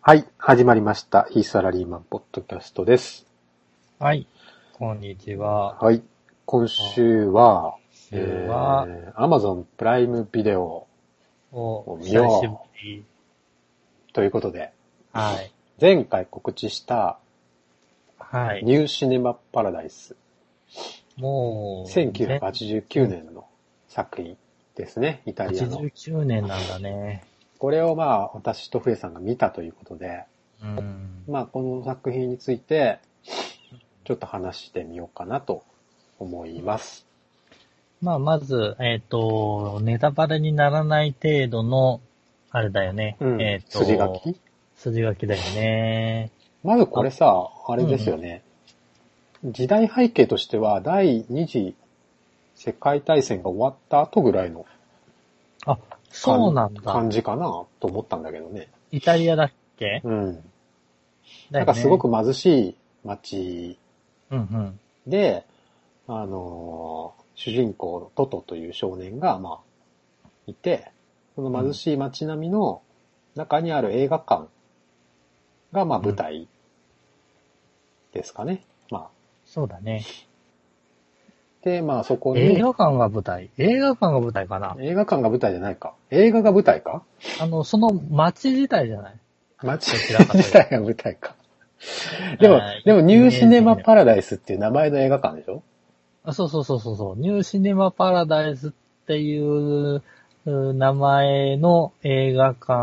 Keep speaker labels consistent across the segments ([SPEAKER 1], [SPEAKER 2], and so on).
[SPEAKER 1] はい、始まりました。非サラリーマンポッドキャストです。
[SPEAKER 2] はい。こんにちは。
[SPEAKER 1] はい、今週は、
[SPEAKER 2] 今週は、
[SPEAKER 1] えー Amazon プライムビデオ
[SPEAKER 2] お、
[SPEAKER 1] 見
[SPEAKER 2] 久
[SPEAKER 1] よう
[SPEAKER 2] しぶり。
[SPEAKER 1] ということで、
[SPEAKER 2] はい。
[SPEAKER 1] 前回告知した
[SPEAKER 2] はい。
[SPEAKER 1] ニューシネマパラダイス、
[SPEAKER 2] もう、
[SPEAKER 1] 1989年の作品ですね、イタリアの。
[SPEAKER 2] 89年なんだね。
[SPEAKER 1] これをまあ、私とフエさんが見たということで、
[SPEAKER 2] うん。
[SPEAKER 1] まあ、この作品について、ちょっと話してみようかなと思います。
[SPEAKER 2] まあ、まず、えっ、と、ネタバレにならない程度の、あれだよね。
[SPEAKER 1] うん、
[SPEAKER 2] えっ、と、
[SPEAKER 1] 筋書き
[SPEAKER 2] 筋書きだよね。
[SPEAKER 1] まずこれさ、あれですよね。時代背景としては、第二次世界大戦が終わった後ぐらいの感
[SPEAKER 2] そうなんだ
[SPEAKER 1] 感。じかなと思ったんだけどね。
[SPEAKER 2] イタリアだっけ
[SPEAKER 1] うん。
[SPEAKER 2] だ
[SPEAKER 1] なん
[SPEAKER 2] よね
[SPEAKER 1] かすご、く貧しい町
[SPEAKER 2] うんうん。
[SPEAKER 1] で、あのー主人公のトトという少年が、まあ、いて、その貧しい町並みの中にある映画館が、まあ、舞台ですかね。まあ、
[SPEAKER 2] そうだね。
[SPEAKER 1] で、まあそこに、
[SPEAKER 2] 映
[SPEAKER 1] 映
[SPEAKER 2] 画
[SPEAKER 1] 画
[SPEAKER 2] 館が舞台。映画館が舞台かな。
[SPEAKER 1] 館が舞台じゃないか。映画が舞台か
[SPEAKER 2] あの、その街自体じゃない
[SPEAKER 1] 街
[SPEAKER 2] どちらかというと
[SPEAKER 1] 自体が舞台か。 でも
[SPEAKER 2] はい、
[SPEAKER 1] でもニューシネマ
[SPEAKER 2] イメージ的な
[SPEAKER 1] パラダイスっていう名前の映画館でしょ
[SPEAKER 2] あそうそうそうそうそう。ニューシネマパラダイスっていうう名前の映画館、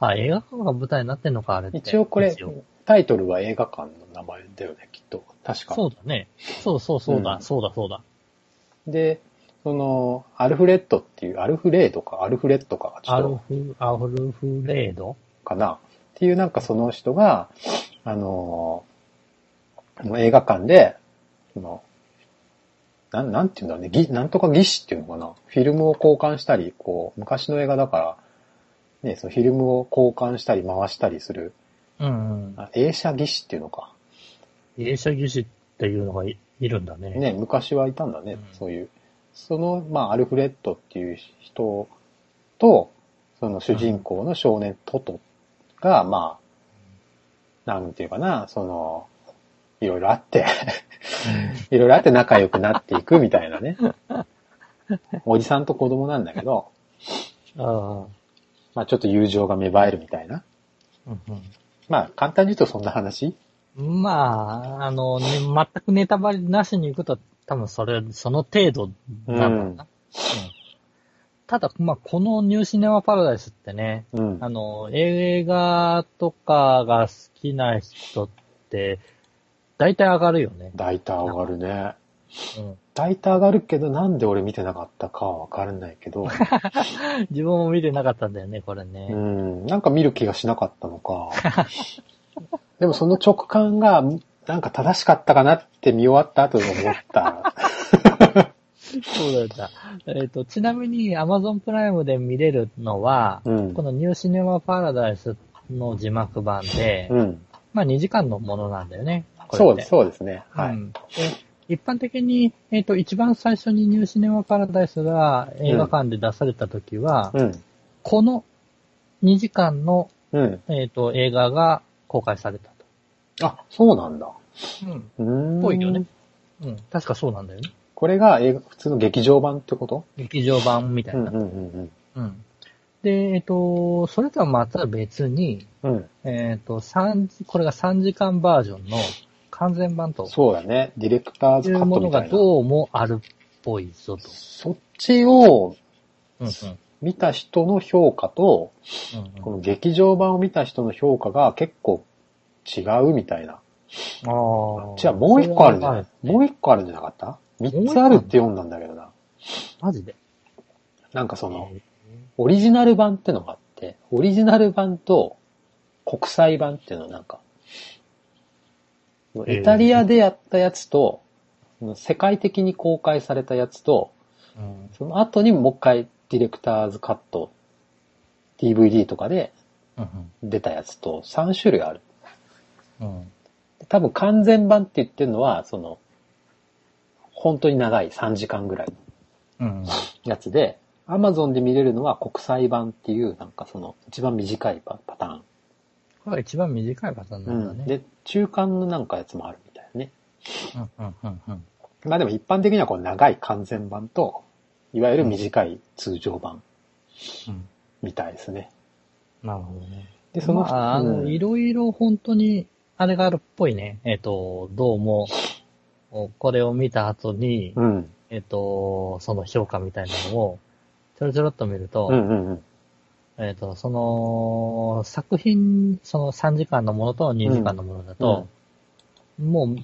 [SPEAKER 2] あ、映画館が舞台になってんのか、あれって。
[SPEAKER 1] 一応これ
[SPEAKER 2] 一応、
[SPEAKER 1] タイトルは映画館の名前だよね、きっと。確か。
[SPEAKER 2] そうだね。そうそうそうだ、
[SPEAKER 1] うん
[SPEAKER 2] そうだそうだ。
[SPEAKER 1] で、その、アルフレッドっていう、アルフレードか、アルフレッドか、ちょ
[SPEAKER 2] ア
[SPEAKER 1] っ
[SPEAKER 2] ル
[SPEAKER 1] と、
[SPEAKER 2] フ、アルフレード
[SPEAKER 1] かな。っていうなんかその人が、あのー、もう映画館で、その、なん、なんていうんだろうね、ぎ、なんとか技師っていうのかな。フィルムを交換したり、こう、昔の映画だから、ね、そのフィルムを交換したり回したりする、
[SPEAKER 2] うんうん。
[SPEAKER 1] あ映写技師っていうのか。
[SPEAKER 2] 映写技師っていうのがいいるんだね。
[SPEAKER 1] ね、昔はいたんだね、
[SPEAKER 2] うん
[SPEAKER 1] そういう。その、まあ、アルフレッドっていう人と、その主人公の少年トトが、まあ、なんていうかな、その、いろいろあって、いろいろあって仲良くなっていくみたいなね。おじさんと子供なんだけど、
[SPEAKER 2] ああ。
[SPEAKER 1] まあちょっと友情が芽生えるみたいな。
[SPEAKER 2] うん
[SPEAKER 1] まあ簡単に言うとそんな話
[SPEAKER 2] うん。まあ、あの、ね、全くネタバレなしに行くと、多分それ、その程度なんだな。
[SPEAKER 1] うん
[SPEAKER 2] うんただ、まあ、このニューシネマパラダイスってね、
[SPEAKER 1] うん
[SPEAKER 2] あ。の、映画とかが好きな人って、大体上がるよね。
[SPEAKER 1] 大体上がるね。
[SPEAKER 2] うん、
[SPEAKER 1] 大体上がるけど、なんで俺見てなかったかはわからないけど。
[SPEAKER 2] 自分も見てなかったんだよね、これ
[SPEAKER 1] う
[SPEAKER 2] ね。
[SPEAKER 1] ん、なんか見る気がしなかったのか。 でもその直感が、なんか正しかったかなって見終わった後に思った。
[SPEAKER 2] そうだった。えっ、と、ちなみに Amazon プライムで見れるのは、
[SPEAKER 1] うん
[SPEAKER 2] こ。のニューシネマパラダイスの字幕版で、
[SPEAKER 1] うん。
[SPEAKER 2] まあ2時間のものなんだよね。これ
[SPEAKER 1] そ
[SPEAKER 2] っ
[SPEAKER 1] うで
[SPEAKER 2] て
[SPEAKER 1] す、そうですね。は
[SPEAKER 2] う
[SPEAKER 1] い。
[SPEAKER 2] んで一般的に、えっ、と、一番最初にニューシネマパラダイスが映画館で出された時は、
[SPEAKER 1] うん。
[SPEAKER 2] この2時間の、
[SPEAKER 1] うん。
[SPEAKER 2] えっ、と、映画が公開された
[SPEAKER 1] あ、そうなんだ。
[SPEAKER 2] と。う
[SPEAKER 1] うー
[SPEAKER 2] ん。
[SPEAKER 1] ん。
[SPEAKER 2] ぽいよね。うん。確かそうなんだよね。
[SPEAKER 1] これが映画、普通の劇場版ってこと
[SPEAKER 2] 劇場版みたい
[SPEAKER 1] うん
[SPEAKER 2] な。
[SPEAKER 1] う
[SPEAKER 2] うん。
[SPEAKER 1] んうん
[SPEAKER 2] で、えっ、と、それとはまた別に、
[SPEAKER 1] うん。うん。
[SPEAKER 2] えっ、と、三時これが3時間バージョンの完全版と
[SPEAKER 1] そうだね。ディレクター
[SPEAKER 2] い
[SPEAKER 1] ズカ
[SPEAKER 2] う
[SPEAKER 1] ッ
[SPEAKER 2] も
[SPEAKER 1] ト
[SPEAKER 2] の
[SPEAKER 1] みた
[SPEAKER 2] が
[SPEAKER 1] いな。
[SPEAKER 2] どうもあるっぽいぞと。
[SPEAKER 1] そっちを
[SPEAKER 2] うんうん。
[SPEAKER 1] 見た人の評価と、
[SPEAKER 2] うんうん
[SPEAKER 1] この劇場版を見た人の評価が結構違うみたいな。
[SPEAKER 2] あ
[SPEAKER 1] じゃあもう一個あるんじゃないも
[SPEAKER 2] う
[SPEAKER 1] う一個あるんじゃなかった
[SPEAKER 2] 一個ある
[SPEAKER 1] 三つあるって読んだんだけどな。
[SPEAKER 2] マジで。
[SPEAKER 1] なんかその、オリジナル版ってのがあって、オリジナル版と国際版っていうのなんか、
[SPEAKER 2] えー
[SPEAKER 1] イタリアでやったやつと、世界的に公開されたやつと、
[SPEAKER 2] うん
[SPEAKER 1] その後にもう一回ディレクターズカット、DVD とかで
[SPEAKER 2] うん
[SPEAKER 1] 出たやつと3種類ある。
[SPEAKER 2] うん
[SPEAKER 1] 多分完全版って言ってるのは、その、本当に長い3時間ぐらい。
[SPEAKER 2] うん
[SPEAKER 1] やつで、Amazon で見れるのは国際版っていう、なんかその、一番短いパパターン。
[SPEAKER 2] これが一番短いパターン
[SPEAKER 1] う
[SPEAKER 2] なん
[SPEAKER 1] ん。
[SPEAKER 2] だね。
[SPEAKER 1] で、中間のなんかやつもあるみたいなね。
[SPEAKER 2] うん、うん、うん、うん。
[SPEAKER 1] まあでも一般的にはこう長い完全版と、いわゆる短い通常版
[SPEAKER 2] うん
[SPEAKER 1] みたいですね。
[SPEAKER 2] なるほどね。
[SPEAKER 1] で、その、
[SPEAKER 2] まあ、あ
[SPEAKER 1] う
[SPEAKER 2] の、
[SPEAKER 1] ん
[SPEAKER 2] いろいろ本当に、あれがあるっぽいね。えっ、と、どうも、おこれを見た後に、
[SPEAKER 1] うん。
[SPEAKER 2] えっ、と、その評価みたいなのを、ちょろちょろっと見ると、
[SPEAKER 1] うんうんうん。
[SPEAKER 2] えっ、と、その、作品、その3時間のものと2時間のものだと、もう、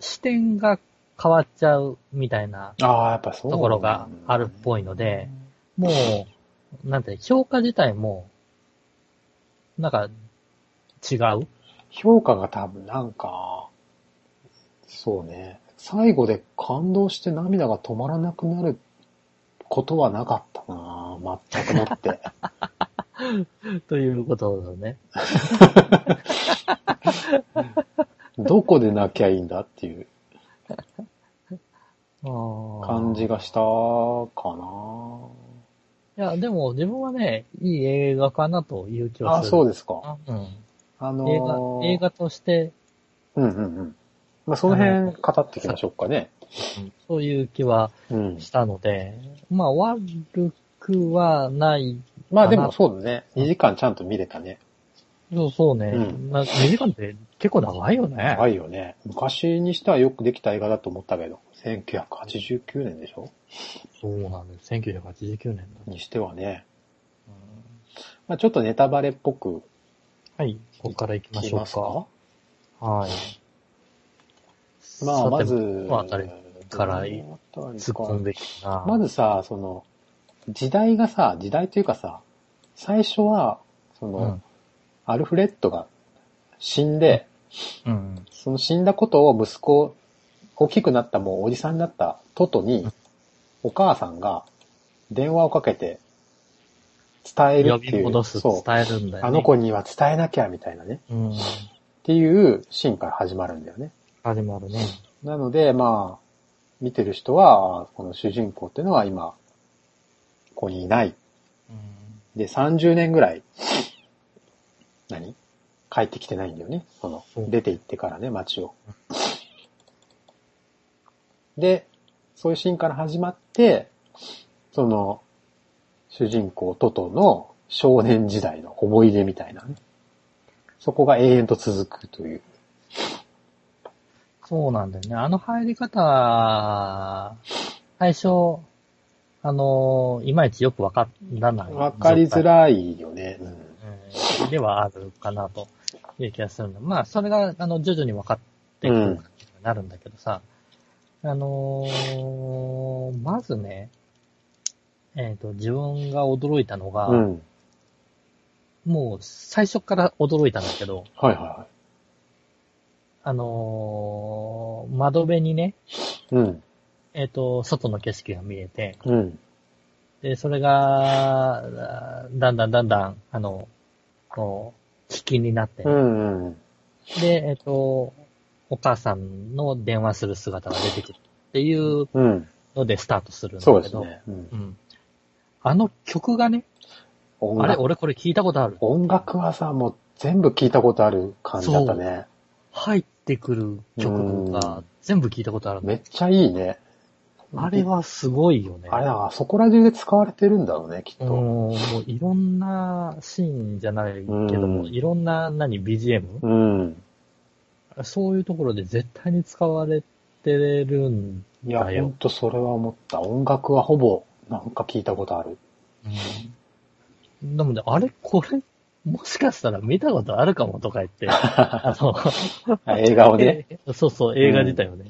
[SPEAKER 2] 視点が変わっちゃうみたいな
[SPEAKER 1] ああ、やっぱそうなんだ
[SPEAKER 2] ところがあるっぽいので、もう、なんて、評価自体も、なんか、違う
[SPEAKER 1] 評価が多分なんか、そうね。最後で感動して涙が止まらなくなることはなかったなぁ全くも って。
[SPEAKER 2] ということだね。
[SPEAKER 1] どこで泣きゃいいんだっていう
[SPEAKER 2] 感
[SPEAKER 1] 感じがしたかなぁ
[SPEAKER 2] いや、でも自分はね、いい映画かなという気
[SPEAKER 1] あ、
[SPEAKER 2] はする。
[SPEAKER 1] そう
[SPEAKER 2] う
[SPEAKER 1] ですか。
[SPEAKER 2] です。うん。
[SPEAKER 1] あの
[SPEAKER 2] 映画、映画として、
[SPEAKER 1] 画。うんうんうん。まあ、その辺語っていきましょうかね。
[SPEAKER 2] そういう気は
[SPEAKER 1] うん。
[SPEAKER 2] したので、まあ悪くはない。
[SPEAKER 1] まあでもそうだね。2時間ちゃんと見れたね。
[SPEAKER 2] そうそうね。
[SPEAKER 1] うん
[SPEAKER 2] まあ、2時間って結構長いよね。
[SPEAKER 1] 長いよね。昔にしてはよくできた映画だと思ったけど、1989年でしょ
[SPEAKER 2] そうなんです。1989年だ、
[SPEAKER 1] にしてはね。
[SPEAKER 2] うん
[SPEAKER 1] まあちょっとネタバレっぽく
[SPEAKER 2] はい。ここから行きま
[SPEAKER 1] 聞
[SPEAKER 2] し
[SPEAKER 1] き
[SPEAKER 2] ょ
[SPEAKER 1] ますか
[SPEAKER 2] う。か。はい。
[SPEAKER 1] まあまず
[SPEAKER 2] さて、このあたりから
[SPEAKER 1] どの辺りか
[SPEAKER 2] 突っ込んでいくな。
[SPEAKER 1] まずさ、その、時代がさ、時代というかさ、最初は、その、
[SPEAKER 2] うん、
[SPEAKER 1] アルフレッドが死んで、
[SPEAKER 2] うん。
[SPEAKER 1] その死んだことを息子、大きくなったもうおじさんになったトトに、お母さんが電話をかけて伝える
[SPEAKER 2] 呼
[SPEAKER 1] ってい
[SPEAKER 2] び
[SPEAKER 1] う。
[SPEAKER 2] 戻す、伝
[SPEAKER 1] そう。
[SPEAKER 2] えるんだよね。
[SPEAKER 1] あの子には伝えなきゃみたいなね。
[SPEAKER 2] うん。
[SPEAKER 1] っていうシーンから始まるんだよね。
[SPEAKER 2] 始まるね。
[SPEAKER 1] なので、まあ、見てる人は、この主人公っていうのは今、ここにいない。
[SPEAKER 2] うん。
[SPEAKER 1] で、30年ぐらい、何帰ってきてないんだよね。その、
[SPEAKER 2] そう
[SPEAKER 1] 出て行ってからね、街を。で、そういうシーンから始まって、その、主人公トトの少年時代の思い出みたいなね。そこが永遠と続くという。
[SPEAKER 2] そうなんだよね。あの入り方、最初、あのーいまいちよくわからない。
[SPEAKER 1] わかりづらいよね。うん
[SPEAKER 2] うんではあるかなという気がするんだ。まあ、それが、あの、徐々に分かってくる感じになるんだけどさ、あのーまずね、えっ、と、自分が驚いたのが、
[SPEAKER 1] うん。
[SPEAKER 2] もう最初から驚いたんだけど、
[SPEAKER 1] はいは
[SPEAKER 2] あのー窓辺にね、
[SPEAKER 1] いはい。うん。
[SPEAKER 2] えっ、と、外の景色が見えて、
[SPEAKER 1] うん。
[SPEAKER 2] で、それが、あーだんだんだんだん、あの、こう、危機になってね、
[SPEAKER 1] うんうん。
[SPEAKER 2] で、えっと、お母さんの電話する姿が出てきるっていう
[SPEAKER 1] うん。
[SPEAKER 2] のでスタートするんだけ
[SPEAKER 1] そう
[SPEAKER 2] ど。
[SPEAKER 1] ですね。うん
[SPEAKER 2] うん。あの曲がね、
[SPEAKER 1] 音
[SPEAKER 2] あれ、
[SPEAKER 1] 楽
[SPEAKER 2] 俺これ聞いたことある。
[SPEAKER 1] 音楽はさ、もう全部聞いたことある感じだったね。
[SPEAKER 2] 入ってくる曲
[SPEAKER 1] う
[SPEAKER 2] が
[SPEAKER 1] ん
[SPEAKER 2] 全部聞いたことあるんだ
[SPEAKER 1] めっちゃいいね。
[SPEAKER 2] あれはすごいよね。
[SPEAKER 1] あれだから、そこら中で使われてるんだろうね、きっ
[SPEAKER 2] うん、
[SPEAKER 1] と。
[SPEAKER 2] もういろんなシーンじゃないけど
[SPEAKER 1] う
[SPEAKER 2] も、
[SPEAKER 1] ん
[SPEAKER 2] いろんな、何、BGM?
[SPEAKER 1] うん。
[SPEAKER 2] そういうところで絶対に使われてるん
[SPEAKER 1] いや、
[SPEAKER 2] だ
[SPEAKER 1] ほ
[SPEAKER 2] よ
[SPEAKER 1] ん。とそれは思った。音楽はほぼ、なんか聞いたことある。
[SPEAKER 2] うん。でもね、あれこれ、もしかしたら見たことあるかもとか言 って。あの、
[SPEAKER 1] 映画をね。
[SPEAKER 2] えそうそう、映画自体をね。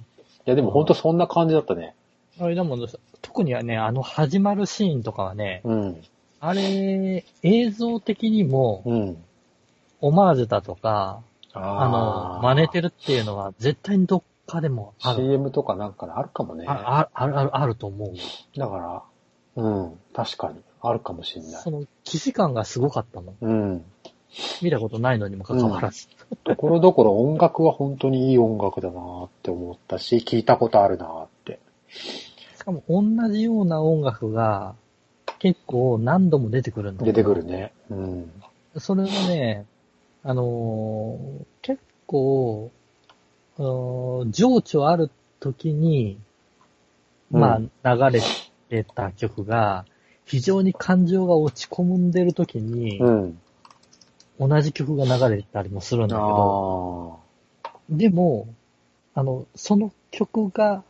[SPEAKER 1] いや、でもほんとそんな感じだったね。
[SPEAKER 2] あれだもん、特にはね、あの始まるシーンとかはね、
[SPEAKER 1] うん。
[SPEAKER 2] あれ、映像的にも、
[SPEAKER 1] うん。
[SPEAKER 2] オマージュだとか、あの、真似て
[SPEAKER 1] る。
[SPEAKER 2] るっていうのは、絶対にどっかでもある。
[SPEAKER 1] CM とかなんかであるかもね。
[SPEAKER 2] あある、ある、あると思う。
[SPEAKER 1] だから、うん、確かに、あるかもしんない
[SPEAKER 2] そ。の、既視感がすごかったの。
[SPEAKER 1] うん。
[SPEAKER 2] 見たことないのにもかかわらず。
[SPEAKER 1] ところどころ音楽は本当にいい音楽だなーって思ったし、聞いたことあるなーって。
[SPEAKER 2] しかも同じような音楽が結構何度も出てくるんだ
[SPEAKER 1] 出てくるね。うん。
[SPEAKER 2] それをね、あのー結構、うーん情緒ある時に、ま
[SPEAKER 1] うん
[SPEAKER 2] あ、流れてた曲が、非常に感情が落ち込んでる時に、
[SPEAKER 1] うん。
[SPEAKER 2] 同じ曲が流れてたりもするんだ
[SPEAKER 1] あ
[SPEAKER 2] け
[SPEAKER 1] あ
[SPEAKER 2] ど、
[SPEAKER 1] ー。
[SPEAKER 2] でも、あの、その曲が、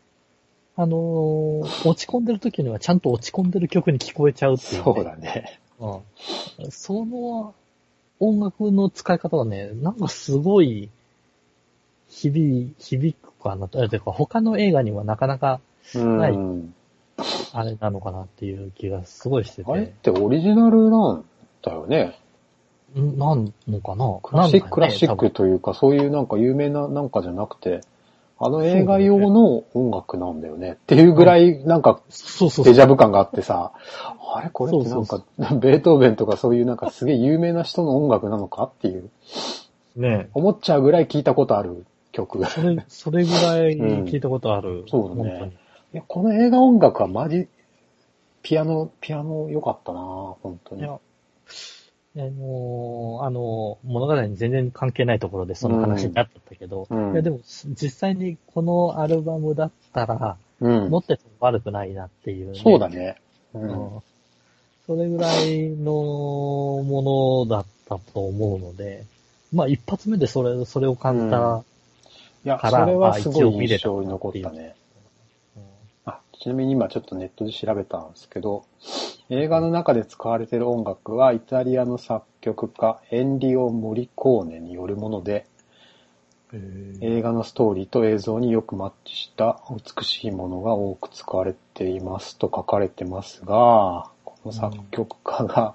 [SPEAKER 2] あのー落ち込んでる時にはちゃんと落ち込んでる曲に聞こえちゃうっていう、ね。
[SPEAKER 1] そうだね。
[SPEAKER 2] うん。その音楽の使い方はね、なんかすごい響い、響くかなと。えてか他の映画にはなかなか
[SPEAKER 1] うん。
[SPEAKER 2] はいあれなのかなっていう気がすごいしてて。
[SPEAKER 1] あれってオリジナルなんだよね。
[SPEAKER 2] んなんのかな
[SPEAKER 1] クラシック、
[SPEAKER 2] なんかね
[SPEAKER 1] クラシッ
[SPEAKER 2] 多分
[SPEAKER 1] クというか、そういうなんか有名ななんかじゃなくて、あの映画用の音楽なんだよね。っていうぐらい、なんか
[SPEAKER 2] そうそうそ
[SPEAKER 1] デ
[SPEAKER 2] う。
[SPEAKER 1] ジャブ感があってさ、あれこれってなん
[SPEAKER 2] そう
[SPEAKER 1] か、ベートーベンとかそういうなんかすげえ有名な人の音楽なのかっていう、
[SPEAKER 2] ね
[SPEAKER 1] 思っちゃうぐらい聞いたことある曲。
[SPEAKER 2] それ、それぐらい聞いたことある。
[SPEAKER 1] そうだね
[SPEAKER 2] 本当に。
[SPEAKER 1] いや、この映画音楽はマジ、ピアノ、ピアノ良かったな本当
[SPEAKER 2] い
[SPEAKER 1] に。
[SPEAKER 2] や、あのーあのー物語に全然関係ないところでその話になってたけど、
[SPEAKER 1] うん
[SPEAKER 2] いやでも、実際にこのアルバムだったら、
[SPEAKER 1] うん
[SPEAKER 2] 持。ってても悪くないなっていう、
[SPEAKER 1] そうだね。う。
[SPEAKER 2] うんん。それぐらいのものだったと思うので、まあ一発目でそれ、それを感じた、
[SPEAKER 1] うんいや、
[SPEAKER 2] か
[SPEAKER 1] そ
[SPEAKER 2] ら
[SPEAKER 1] れはすご
[SPEAKER 2] ま
[SPEAKER 1] い
[SPEAKER 2] あ一応見れ
[SPEAKER 1] 印
[SPEAKER 2] た
[SPEAKER 1] 象に残った
[SPEAKER 2] って
[SPEAKER 1] ね。
[SPEAKER 2] うん
[SPEAKER 1] あ、ちなみに今ちょっとネットで調べたんですけど、映画の中で使われている音楽はイタリアの作曲家エンリオ・モリコーネによるもので、映画のストーリーと映像によくマッチした美しいものが多く使われていますと書かれてますが、この作曲家が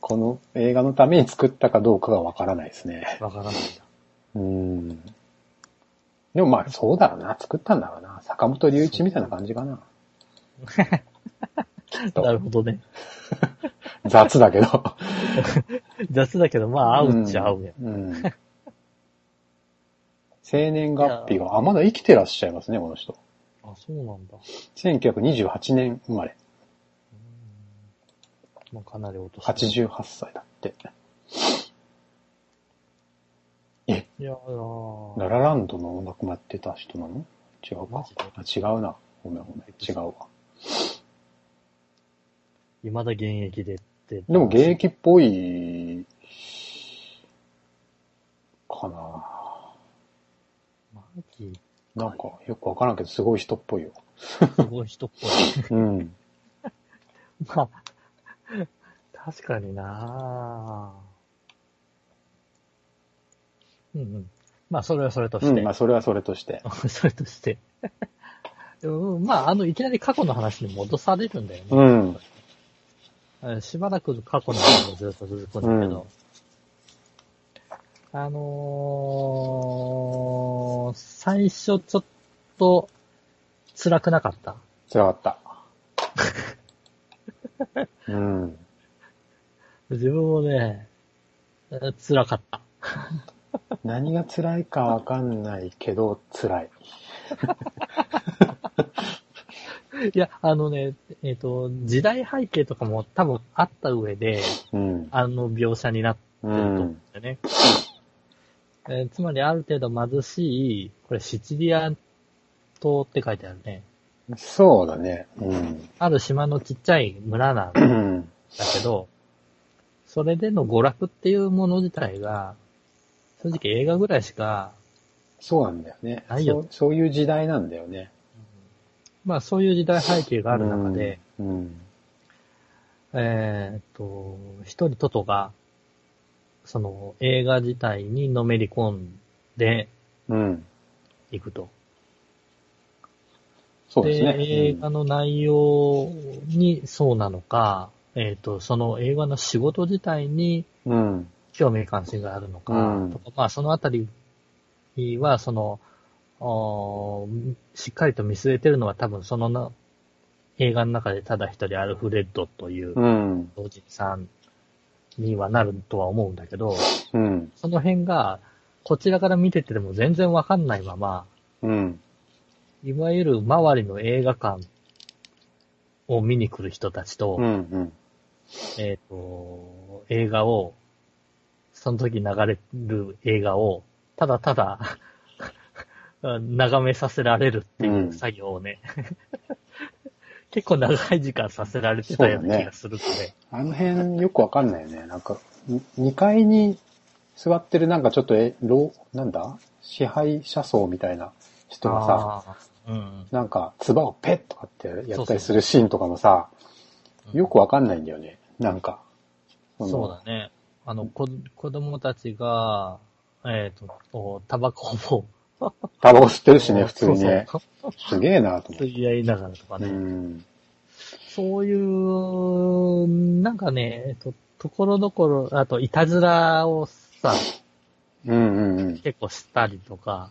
[SPEAKER 1] この映画のために作ったかどうかがわからないですね。
[SPEAKER 2] わからないんだ。
[SPEAKER 1] うん。でもまあそうだろうな。作ったんだろうな。坂本龍一みたいな感じかな。きっと
[SPEAKER 2] なるほどね。
[SPEAKER 1] 雑だけど。
[SPEAKER 2] 雑だけど、まあ合うっちゃ合うやん。
[SPEAKER 1] ん。うん生年月日が、あ、まだ生きてらっしゃいますね、この人。
[SPEAKER 2] あ、そうなんだ。
[SPEAKER 1] 1928年生まれ。
[SPEAKER 2] うんまあ、かなり落としてる。
[SPEAKER 1] 88歳だって。
[SPEAKER 2] いやー
[SPEAKER 1] ララランドの音楽もやってた人なの違う
[SPEAKER 2] マ
[SPEAKER 1] か
[SPEAKER 2] ジで。
[SPEAKER 1] あ違うな。ごめんごめん。違うわ。
[SPEAKER 2] 未だ現役でって。
[SPEAKER 1] でも現役っぽい、かな
[SPEAKER 2] マジ、
[SPEAKER 1] なんかよくわからんけど、すごい人っぽ いよ。
[SPEAKER 2] すごい人っぽい。
[SPEAKER 1] うん。
[SPEAKER 2] まあ、確かになぁ。うんうん。まあ、それはそれと
[SPEAKER 1] う
[SPEAKER 2] して。
[SPEAKER 1] ん、まあそれはそれとして。
[SPEAKER 2] それとして。うんまあ、あの、いきなり過去の話に戻されるんだよ
[SPEAKER 1] う
[SPEAKER 2] ね。
[SPEAKER 1] ん。
[SPEAKER 2] うん、しばらく過去の話がずっと続くんだけど。あのー、最初ちょっと辛くなかった。
[SPEAKER 1] 辛かっ た。うん。
[SPEAKER 2] 自分もね、えー辛かった。
[SPEAKER 1] 何が辛いかわかんないけど、辛い。
[SPEAKER 2] いや、あのね、えっ、と、時代背景とかも多分あった上で、
[SPEAKER 1] うん。
[SPEAKER 2] あの描写になって
[SPEAKER 1] う
[SPEAKER 2] ると思うん
[SPEAKER 1] ん。
[SPEAKER 2] だよね。えーつまりある程度貧しい、これシチリア島って書いてあるね。
[SPEAKER 1] そうだね。うん。
[SPEAKER 2] ある島のちっちゃい村なんだ
[SPEAKER 1] うん。
[SPEAKER 2] けど、それでの娯楽っていうもの自体が、正直映画ぐらいしか、
[SPEAKER 1] そうなんだよね。
[SPEAKER 2] ない
[SPEAKER 1] そ
[SPEAKER 2] よ
[SPEAKER 1] うそういう時代なんだよね。
[SPEAKER 2] まあそういう時代背景がある中で、
[SPEAKER 1] うん。
[SPEAKER 2] えーっと、一人トトが、その映画自体にのめり込んで
[SPEAKER 1] うん。
[SPEAKER 2] いくと。
[SPEAKER 1] そうですね。
[SPEAKER 2] 映画の内容にそうなのか、えーっと、その映画の仕事自体に
[SPEAKER 1] うん。
[SPEAKER 2] 興味関心があるのか、
[SPEAKER 1] うん
[SPEAKER 2] とか、まあそのあたりは、その、おーしっかりと見据えてるのは多分そのな映画の中でただ一人アルフレッドという
[SPEAKER 1] うん。
[SPEAKER 2] 老人さんにはなるとは思うんだけど、
[SPEAKER 1] うん。
[SPEAKER 2] その辺が、こちらから見てても全然わかんないまま、
[SPEAKER 1] うん。
[SPEAKER 2] いわゆる周りの映画館を見に来る人たちと、
[SPEAKER 1] うん。うん。
[SPEAKER 2] えっ、と、映画をその時流れる映画を、ただただ 眺めさせられるってい
[SPEAKER 1] ん
[SPEAKER 2] う作業をね、 結構長い時間させられてたような気がするので、
[SPEAKER 1] あの辺よくわかんないよね。なんか、2階に座ってるなんかちょっと、え、ろなんだ支配者層みたいな人がさ、
[SPEAKER 2] ああうん
[SPEAKER 1] なんか、唾をペッとかってや
[SPEAKER 2] そ
[SPEAKER 1] っ
[SPEAKER 2] うそ
[SPEAKER 1] た
[SPEAKER 2] う
[SPEAKER 1] りするシーンとかもさ、
[SPEAKER 2] うん
[SPEAKER 1] よくわかんないんだよね。なんか。その
[SPEAKER 2] そうだね。あの、こ子供たちが、えっ、とこう、タバコを、
[SPEAKER 1] タバコ吸ってるしね、普通にね。
[SPEAKER 2] そうそう
[SPEAKER 1] すげえなと思って。
[SPEAKER 2] 釣り合いながらとか
[SPEAKER 1] う
[SPEAKER 2] ね。
[SPEAKER 1] ん。
[SPEAKER 2] そういう、なんかね、えっと、ところどころ、あと、いたずらをさ、
[SPEAKER 1] うんうんうん。
[SPEAKER 2] 結構したりとか、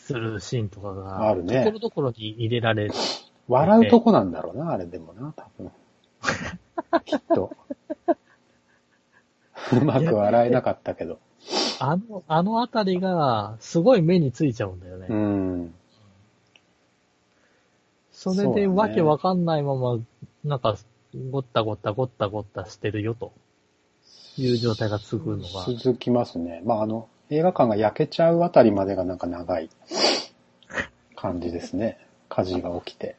[SPEAKER 2] するシーンとかが、
[SPEAKER 1] あるね
[SPEAKER 2] ところどころに入れられる。
[SPEAKER 1] 笑うとこなんだろうな、あれでもな、多 分。きっと。うまく笑えなかったけど。
[SPEAKER 2] あの、あのあたりが、すごい目についちゃうんだよね。
[SPEAKER 1] うん。
[SPEAKER 2] それ
[SPEAKER 1] そうだね
[SPEAKER 2] で、わけわかんないまま、なんか、ごったごったごったごったしてるよ、という状態が続くのが、
[SPEAKER 1] 続きますね。まあ、あの、映画館が焼けちゃうあたりまでがなんか長い感じです ね。火事が起きて。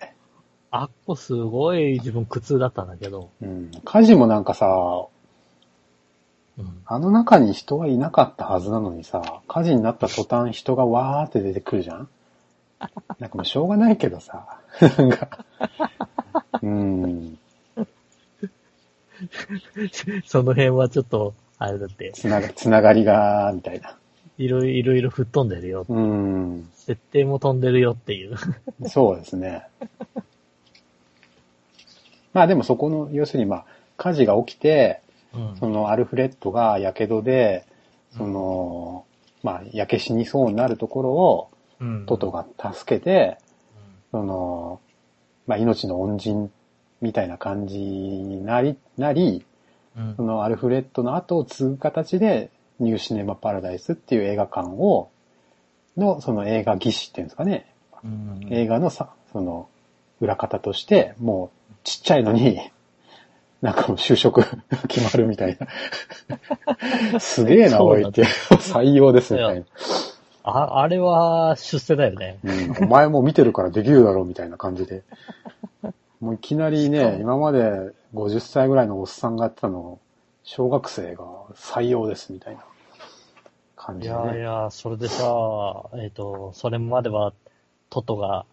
[SPEAKER 2] あっこすごい自分苦痛だったんだけど、
[SPEAKER 1] うん。火事もなんかさ、
[SPEAKER 2] うん、
[SPEAKER 1] あの中に人はいなかったはずなのにさ、火事になった途端人がわーって出てくるじゃ んなんかもうしょうがないけどさ、なん か、うん、
[SPEAKER 2] その辺はちょっと、あれだって、
[SPEAKER 1] つなが、つながりが、みたいな。
[SPEAKER 2] いろいろいろ吹っ飛んでるよ。
[SPEAKER 1] うん、
[SPEAKER 2] 設定も飛んでるよっていう。
[SPEAKER 1] そうですね。まあでもそこの、要するにまあ、火事が起きて、
[SPEAKER 2] うん
[SPEAKER 1] そのアルフレッドが火傷で、その、まあ、焼け死にそうになるところを、
[SPEAKER 2] うん
[SPEAKER 1] トト。が助けて、その、まあ、命の恩人みたいな感じになり、なり、
[SPEAKER 2] うん
[SPEAKER 1] そのアルフレッドの後を継ぐ形で、ニューシネマパラダイスっていう映画館を、の、その映画技師っていうんですかね、
[SPEAKER 2] うん
[SPEAKER 1] 映画のさ、その、裏方として、もう、ちっちゃいのに、なんかもう就職決まるみたい な。すげえな、
[SPEAKER 2] そう
[SPEAKER 1] お
[SPEAKER 2] なん
[SPEAKER 1] い
[SPEAKER 2] だ
[SPEAKER 1] って。 採用です、みたいな。
[SPEAKER 2] あ、あれは出世だよね。
[SPEAKER 1] うん、お前も見てるからできるだろうみたいな感じで。もういきなりね、今まで50歳ぐらいのおっさんがやってたのを、小学生が採用ですみたいな感
[SPEAKER 2] い
[SPEAKER 1] じで、
[SPEAKER 2] やい
[SPEAKER 1] ね。
[SPEAKER 2] や、それでさ、えっ、と、それまでは、トトが、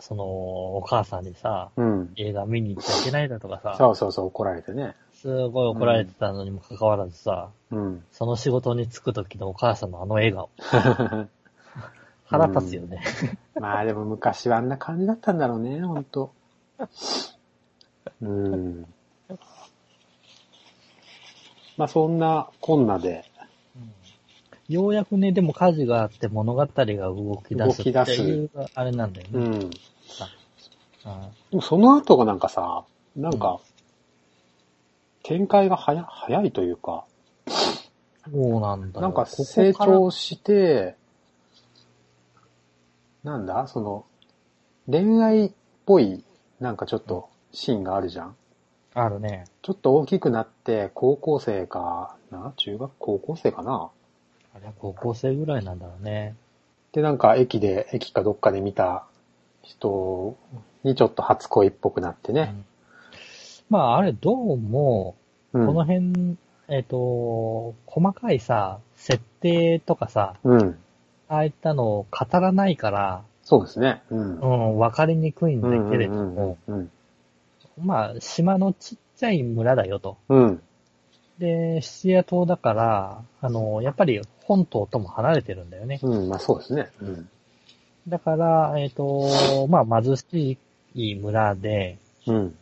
[SPEAKER 2] その、お母さんにさ、
[SPEAKER 1] うん。
[SPEAKER 2] 映画見に行っちゃいけないだとかさ、
[SPEAKER 1] そうそうそう、怒られてね。
[SPEAKER 2] すごい怒られてたのにもかかわらずさ、
[SPEAKER 1] うん。
[SPEAKER 2] その仕事に就く時のお母さんのあの笑顔。腹立つよね。
[SPEAKER 1] まあでも昔はあんな感じだったんだろうね、ほんと。うん。 まあそんなこんなで、
[SPEAKER 2] ようやくね、でも火事があって物語が動き出す
[SPEAKER 1] 動き出
[SPEAKER 2] って
[SPEAKER 1] す
[SPEAKER 2] いう、あれなんだよ
[SPEAKER 1] う
[SPEAKER 2] ね。
[SPEAKER 1] ん。
[SPEAKER 2] あ
[SPEAKER 1] でもその後がなんかさ、なんか、展開が早早いというか、
[SPEAKER 2] そうなんだよ。
[SPEAKER 1] なんか
[SPEAKER 2] ここ
[SPEAKER 1] 成
[SPEAKER 2] から
[SPEAKER 1] 長して、なんだその、恋愛っぽい、なんかちょっとシーンがあるじゃん
[SPEAKER 2] あるね。
[SPEAKER 1] ちょっと大きくなって、高校生かな中学高校生かな
[SPEAKER 2] あれは高校生ぐらいなんだろうね。
[SPEAKER 1] で、なんか駅で、駅かどっかで見た人にちょっと初恋っぽくなって
[SPEAKER 2] う
[SPEAKER 1] ね。
[SPEAKER 2] んまあ、あれ、どうも、
[SPEAKER 1] う
[SPEAKER 2] こ
[SPEAKER 1] ん。
[SPEAKER 2] の辺、えっ、と、細かいさ、設定とかさ、
[SPEAKER 1] うん。
[SPEAKER 2] ああいったのを語らないから、
[SPEAKER 1] そうですね。うん
[SPEAKER 2] う。ん、わかりにくいんだけれど
[SPEAKER 1] うん
[SPEAKER 2] も、。
[SPEAKER 1] うん。
[SPEAKER 2] まあ、島のちっちゃい村だよと。
[SPEAKER 1] うん。
[SPEAKER 2] で、シチリア島だから、あの、やっぱり本島とも離れてるんだよね。
[SPEAKER 1] うん。まあそうですね。うん。
[SPEAKER 2] だから、えっ、と、まあ、貧しい村で、
[SPEAKER 1] うん。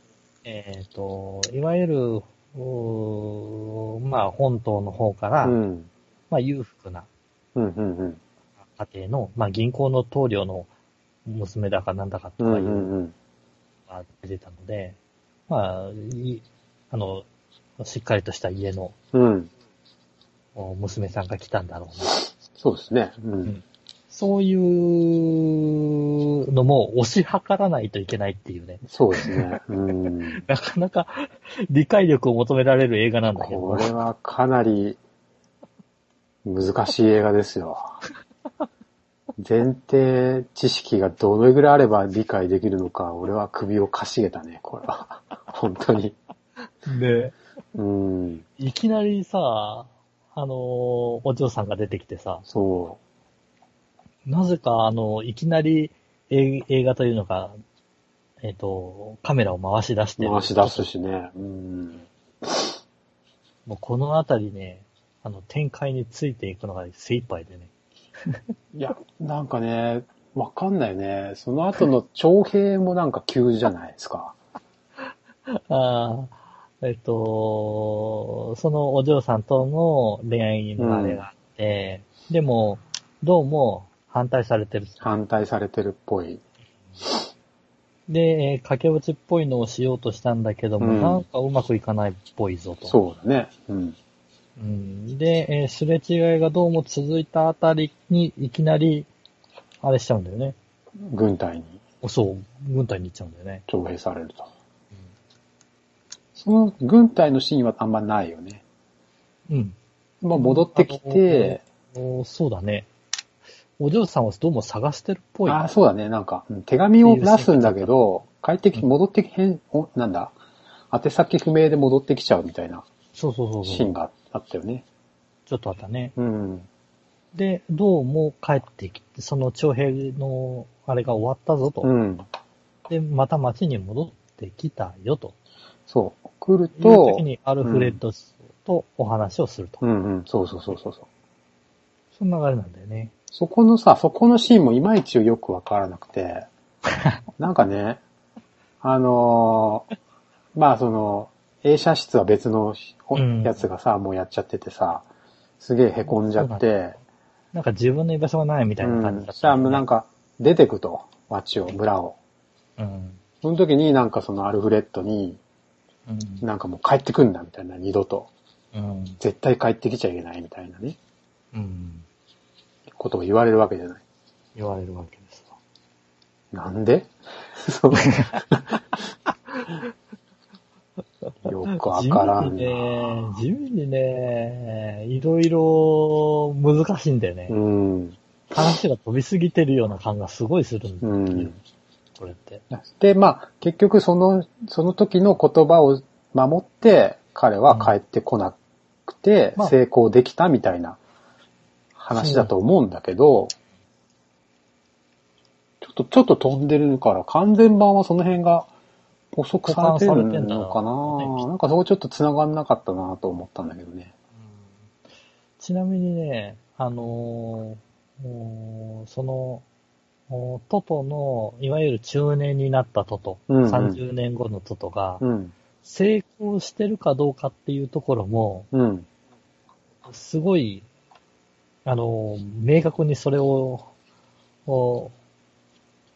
[SPEAKER 2] えっ、と、いわゆる、うーまあ、本島の方から、
[SPEAKER 1] うん。
[SPEAKER 2] まあ、裕福な
[SPEAKER 1] うん。うん。うん。
[SPEAKER 2] 家庭の、まあ、銀行の棟梁の娘だかなんだかと
[SPEAKER 1] う
[SPEAKER 2] かい
[SPEAKER 1] ん。
[SPEAKER 2] うの
[SPEAKER 1] うん。
[SPEAKER 2] が出てたので、まあ、いあの、しっかりとした家の
[SPEAKER 1] うん。
[SPEAKER 2] お娘さんが来たんだろうな。
[SPEAKER 1] そうですね。うん。
[SPEAKER 2] そういういうのも推し量らないといけないっていうね。
[SPEAKER 1] そうですね。うん。
[SPEAKER 2] なかなか理解力を求められる映画なんだけど。
[SPEAKER 1] これはかなり難しい映画ですよ。前提知識がどのぐらいあれば理解できるのか、俺は首をかしげたね、これは。本当に。
[SPEAKER 2] で、
[SPEAKER 1] うん。
[SPEAKER 2] いきなりさ、あのーお嬢さんが出てきてさ、
[SPEAKER 1] そ
[SPEAKER 2] なぜかあの、いきなりえ映画というのが、えっ、と、カメラを回し出し
[SPEAKER 1] う。
[SPEAKER 2] てる
[SPEAKER 1] 回し出すしね。うん。
[SPEAKER 2] もうこのあたりね、あの、展開についていくのが精一杯でね。
[SPEAKER 1] いや、なんかね、わかんないね。その後の徴兵もなんか急じゃないですか。
[SPEAKER 2] ああ、えっと、そのお嬢さんとの恋愛のあれがあって、でも、どうも反対されてる。
[SPEAKER 1] 反対されてるっぽい。
[SPEAKER 2] で、えー駆け落ちっぽいのをしようとしたんだけども、
[SPEAKER 1] うん
[SPEAKER 2] なんかうまくいかないっぽいぞと。
[SPEAKER 1] そうだね。うん。
[SPEAKER 2] うん、で、えーすれ違いがどうも続いたあたりに、いきなり、あれしちゃうんだよね。
[SPEAKER 1] 軍隊に
[SPEAKER 2] おそう、軍隊に行っちゃうんだよね。
[SPEAKER 1] 徴兵されると。その軍隊のシーンはあんまないよね。
[SPEAKER 2] うん。
[SPEAKER 1] まあ戻ってきて、
[SPEAKER 2] おそうだね。お嬢さんはどうも探してるっぽい。
[SPEAKER 1] ああ、そうだね。なんか、うん手紙を出すんだけど、帰ってき、戻ってき、変、おなんだ、宛先不明で戻ってきちゃうみたいな
[SPEAKER 2] そうそうそう
[SPEAKER 1] シ
[SPEAKER 2] そ
[SPEAKER 1] ーン
[SPEAKER 2] う。
[SPEAKER 1] があったよね。
[SPEAKER 2] ちょっとあったね。
[SPEAKER 1] うん。
[SPEAKER 2] で、どうも帰ってきて、その徴兵のあれが終わったぞと。
[SPEAKER 1] うん。
[SPEAKER 2] で、また町に戻ってきたよと。
[SPEAKER 1] そう。来る
[SPEAKER 2] いう時
[SPEAKER 1] と、
[SPEAKER 2] にアルフレッドとお話をすると。
[SPEAKER 1] うんうん、そうそうそうそうそう。
[SPEAKER 2] そんな流れなんだよね。
[SPEAKER 1] そこのさ、そこのシーンもいまいちよくわからなく て、なんかね、あのーまあその、映写室は別のほ
[SPEAKER 2] うん
[SPEAKER 1] やつがさ、もうやっちゃっててさ、すげえ凹んじゃ
[SPEAKER 2] そうなん
[SPEAKER 1] っ
[SPEAKER 2] だ
[SPEAKER 1] て、
[SPEAKER 2] なんか自分の居場所がないみたいな
[SPEAKER 1] う
[SPEAKER 2] 感じ
[SPEAKER 1] ん
[SPEAKER 2] だっ
[SPEAKER 1] そした
[SPEAKER 2] た
[SPEAKER 1] ら
[SPEAKER 2] よね、
[SPEAKER 1] もうなんか出てくと、街を、村を。
[SPEAKER 2] うん。
[SPEAKER 1] その時になんかそのアルフレッドに、
[SPEAKER 2] うん。
[SPEAKER 1] なんかもう帰ってくんだみたいな、二度と。
[SPEAKER 2] うん。
[SPEAKER 1] 絶対帰ってきちゃいけないみたいなね、
[SPEAKER 2] うん。
[SPEAKER 1] ことを言われるわけじゃない。
[SPEAKER 2] 言われるわけですわ
[SPEAKER 1] なんで そうよくわからんな。
[SPEAKER 2] 地味にね、地味にね、いろいろ難しいんだよね。
[SPEAKER 1] うん。
[SPEAKER 2] 話が飛びすぎてるような感がすごいするんだよ、
[SPEAKER 1] うん。
[SPEAKER 2] これって。
[SPEAKER 1] で、まあ、結局その、その時の言葉を守って、彼は帰ってこなくて
[SPEAKER 2] まあ、
[SPEAKER 1] 成功できたみたいな話だと思うんだけど、ちょっと、ちょっと飛んでるから、完全版はその辺が補足されてるのか
[SPEAKER 2] 補完されてんだろうね
[SPEAKER 1] ななんかそこちょっと繋がんなかったなと思ったんだけどね。
[SPEAKER 2] ちなみにね、あのーおーその、おートトの、いわゆる中年になったトト、
[SPEAKER 1] うんうん
[SPEAKER 2] 30年後のトトが、
[SPEAKER 1] うん。
[SPEAKER 2] 成功してるかどうかっていうところも、
[SPEAKER 1] うん。
[SPEAKER 2] すごい、あの、明確にそれを、を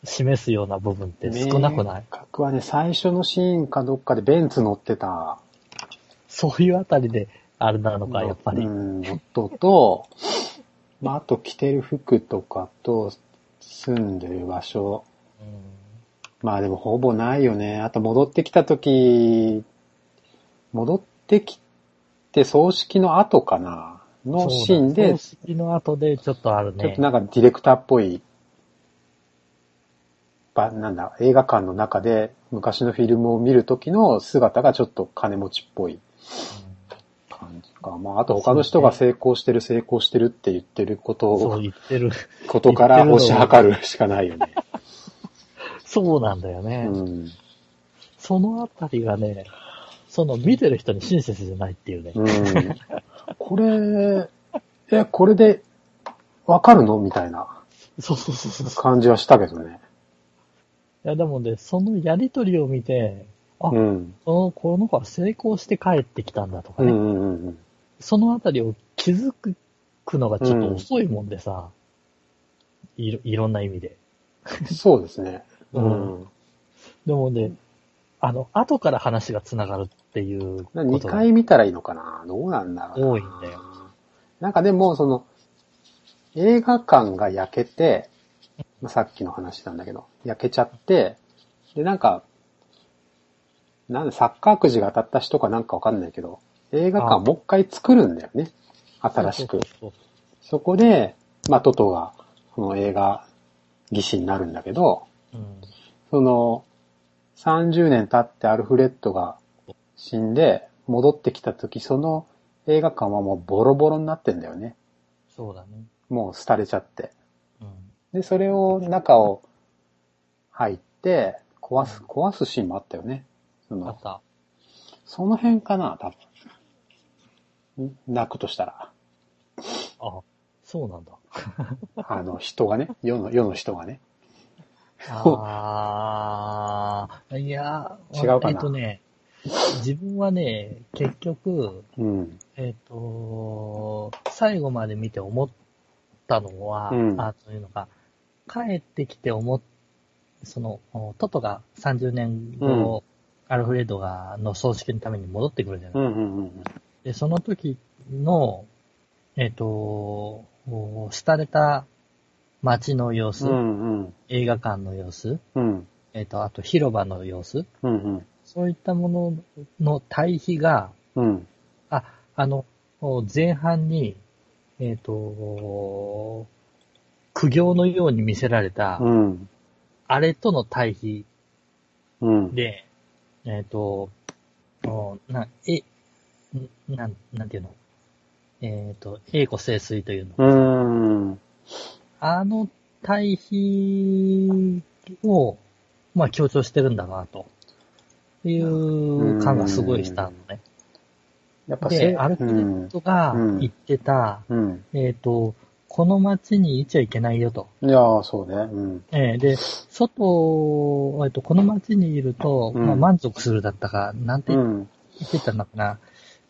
[SPEAKER 2] 示すような部分って少なくない
[SPEAKER 1] 明確はね、最初のシーンかどっかでベンツ乗ってた
[SPEAKER 2] そういうあたりで、あれなのか、やっぱり。
[SPEAKER 1] うん、夫と、まあ、あと着てる服とかと、住んでる場所。まあでもほぼないよね。あと戻ってきた時、戻ってきて葬式の後かなのシーンで、ち
[SPEAKER 2] 葬式の後でちょっとある
[SPEAKER 1] ょっ
[SPEAKER 2] ね
[SPEAKER 1] と。なんかディレクターっぽい、ば、なんだ、映画館の中で昔のフィルムを見る時の姿がちょっと金持ちっぽい。感じか。まあ、あと他の人が成功してる、成功してるって言ってること
[SPEAKER 2] うん
[SPEAKER 1] を
[SPEAKER 2] そう言ってる。
[SPEAKER 1] ことから推し量るしかないよね。
[SPEAKER 2] そうなんだよ
[SPEAKER 1] う
[SPEAKER 2] ね。
[SPEAKER 1] ん。
[SPEAKER 2] そのあたりがね、その見てる人に親切じゃないっていうね。
[SPEAKER 1] うん。これ、え、これでわかるのみたいな
[SPEAKER 2] そうそうそうそう。
[SPEAKER 1] 感じはしたけどね。
[SPEAKER 2] いや、でもね、そのやりとりを見て、あ
[SPEAKER 1] うん。
[SPEAKER 2] このこの子は成功して帰ってきたんだとか
[SPEAKER 1] うん
[SPEAKER 2] ね。
[SPEAKER 1] うんうんうん。
[SPEAKER 2] そのあたりを気づくのがちょっと遅いもんでさ、いろいろんな意味で。
[SPEAKER 1] そうですね。う
[SPEAKER 2] うん
[SPEAKER 1] ん。
[SPEAKER 2] でもね、あの、後から話が繋がるっていうことが。
[SPEAKER 1] 2回見たらいいのかなどうなんだろうな。
[SPEAKER 2] 多いんだよ。
[SPEAKER 1] なんかでも、その、映画館が焼けて、まあさっきの話なんだけど、焼けちゃって、で、なんか、なんでサッカーくじが当たった人かなんかわかんないけど、映画
[SPEAKER 2] あ
[SPEAKER 1] 館もう一回作るんだよね。新しく。
[SPEAKER 2] そうそう
[SPEAKER 1] そこで、まあ、トトが、この映画、技師になるんだけど、
[SPEAKER 2] そう。うん。
[SPEAKER 1] その、30年経ってアルフレッドが死んで、戻ってきた時、その映画館はもうボロボロになってんだよね。
[SPEAKER 2] そうだね。
[SPEAKER 1] もう廃れちゃって。
[SPEAKER 2] うん。
[SPEAKER 1] で、それを中を入って、壊す、壊すシーンもあったよね。そ
[SPEAKER 2] あ
[SPEAKER 1] の
[SPEAKER 2] っ、た。
[SPEAKER 1] その辺かな、多分。ん泣くとしたら。
[SPEAKER 2] あ、そうなんだ。
[SPEAKER 1] あの、人がね、世の、世の人がね。
[SPEAKER 2] ああ、いや、
[SPEAKER 1] 違うかな
[SPEAKER 2] えっとね、自分はね、結局、
[SPEAKER 1] うん。
[SPEAKER 2] えっ、と、最後まで見て思ったのは、
[SPEAKER 1] うん
[SPEAKER 2] あというのが、帰ってきて思っ、その、おトトが30年後、アルフレッドが、の葬式のために戻ってくるじゃない、
[SPEAKER 1] うんうんうん
[SPEAKER 2] で、その時の、えっ、と、お廃れた街の様
[SPEAKER 1] う
[SPEAKER 2] 子、
[SPEAKER 1] ん。うんうん。
[SPEAKER 2] 映画館の様子、
[SPEAKER 1] うん。
[SPEAKER 2] えっ、と、あと広場の様子、
[SPEAKER 1] うん
[SPEAKER 2] そういったものの対比が、
[SPEAKER 1] うん。うん。
[SPEAKER 2] あ、あの、前半に、えっ、と、苦行のように見せられた、
[SPEAKER 1] うん。
[SPEAKER 2] あれとの対比
[SPEAKER 1] うん。
[SPEAKER 2] で、えっ、と、おな、え、んなん、なんていうのえっ、と、栄枯盛衰というの。
[SPEAKER 1] うん。
[SPEAKER 2] あの対比を、まあ強調してるんだな、と。いう感がすごいしたのね。
[SPEAKER 1] やっぱ
[SPEAKER 2] で、
[SPEAKER 1] せ
[SPEAKER 2] アルフレッドが
[SPEAKER 1] うん
[SPEAKER 2] 言ってた、
[SPEAKER 1] うん。
[SPEAKER 2] えっ、と、この街にいちゃいけないよと。
[SPEAKER 1] うん。いやー、そうね。うん。
[SPEAKER 2] えーで、外、えっと、この街にいると、
[SPEAKER 1] うん
[SPEAKER 2] まあ、満足するだったか、なんて
[SPEAKER 1] う
[SPEAKER 2] 言
[SPEAKER 1] ん。
[SPEAKER 2] ってたのかな。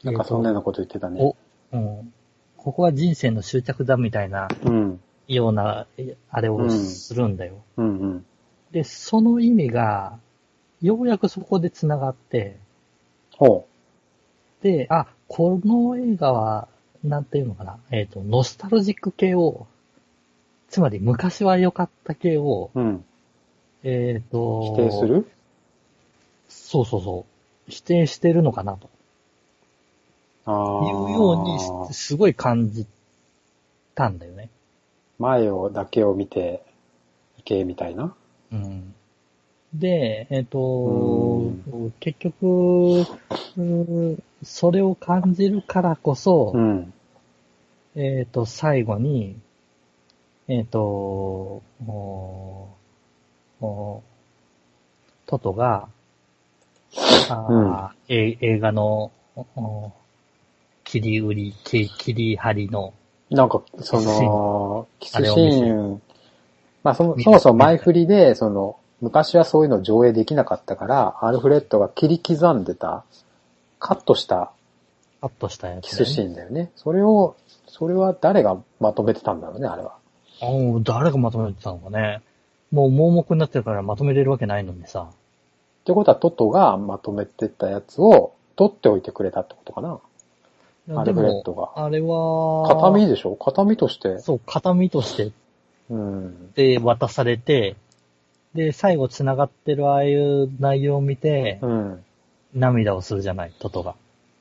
[SPEAKER 1] なんかそんなようなこと言ってたね。
[SPEAKER 2] えーとうん、ここは人生の終着だみたいな
[SPEAKER 1] うん。
[SPEAKER 2] ような、えあれ
[SPEAKER 1] う
[SPEAKER 2] を
[SPEAKER 1] ん
[SPEAKER 2] するんだよ。
[SPEAKER 1] うんうん。
[SPEAKER 2] で、その意味が、ようやくそこで繋がって、
[SPEAKER 1] ほ
[SPEAKER 2] で、あ、この映画は、なんていうのかな、えっ、と、ノスタルジック系を、つまり昔は良かった系を、
[SPEAKER 1] う。うん。
[SPEAKER 2] えっ、と、
[SPEAKER 1] 否定する
[SPEAKER 2] そうそうそう、否定してるのかなと
[SPEAKER 1] ああ。
[SPEAKER 2] いうようにし、すごい感じたんだよね。
[SPEAKER 1] 前を、だけを見て、いけ、みたいな。
[SPEAKER 2] うんで、えっ、
[SPEAKER 1] う
[SPEAKER 2] と、結局、うんそれを感じるからこそ、
[SPEAKER 1] うん。
[SPEAKER 2] えっ、と、最後に、えっ、と、おーおートトが、あーえ映画の、おお切り売り、切切り張りの、
[SPEAKER 1] なんか、その、キスシ
[SPEAKER 2] あれを見せ
[SPEAKER 1] ーン、まあその、
[SPEAKER 2] 見
[SPEAKER 1] そ
[SPEAKER 2] た
[SPEAKER 1] もそも前振りで、その、昔はそういうのを上映できなかったから、アルフレッドが切り刻んでた、カットした
[SPEAKER 2] カットしたや
[SPEAKER 1] キ
[SPEAKER 2] つ、
[SPEAKER 1] スシーンだよね。それを、それは誰がまとめてたんだろうね、あれは。
[SPEAKER 2] おー誰がまとめてたのかね。もう盲目になってるからまとめれるわけないのにさ。
[SPEAKER 1] ってことは、トトがまとめてたやつを取っておいてくれたってことかな。
[SPEAKER 2] いや
[SPEAKER 1] アルフレッドが
[SPEAKER 2] でもあれは、
[SPEAKER 1] 形見でしょ形見として。
[SPEAKER 2] そう、形見として
[SPEAKER 1] うん。
[SPEAKER 2] で渡されて、で、最後繋がってるああいう内容を見て
[SPEAKER 1] う、ん。
[SPEAKER 2] 涙をするじゃない、トトが。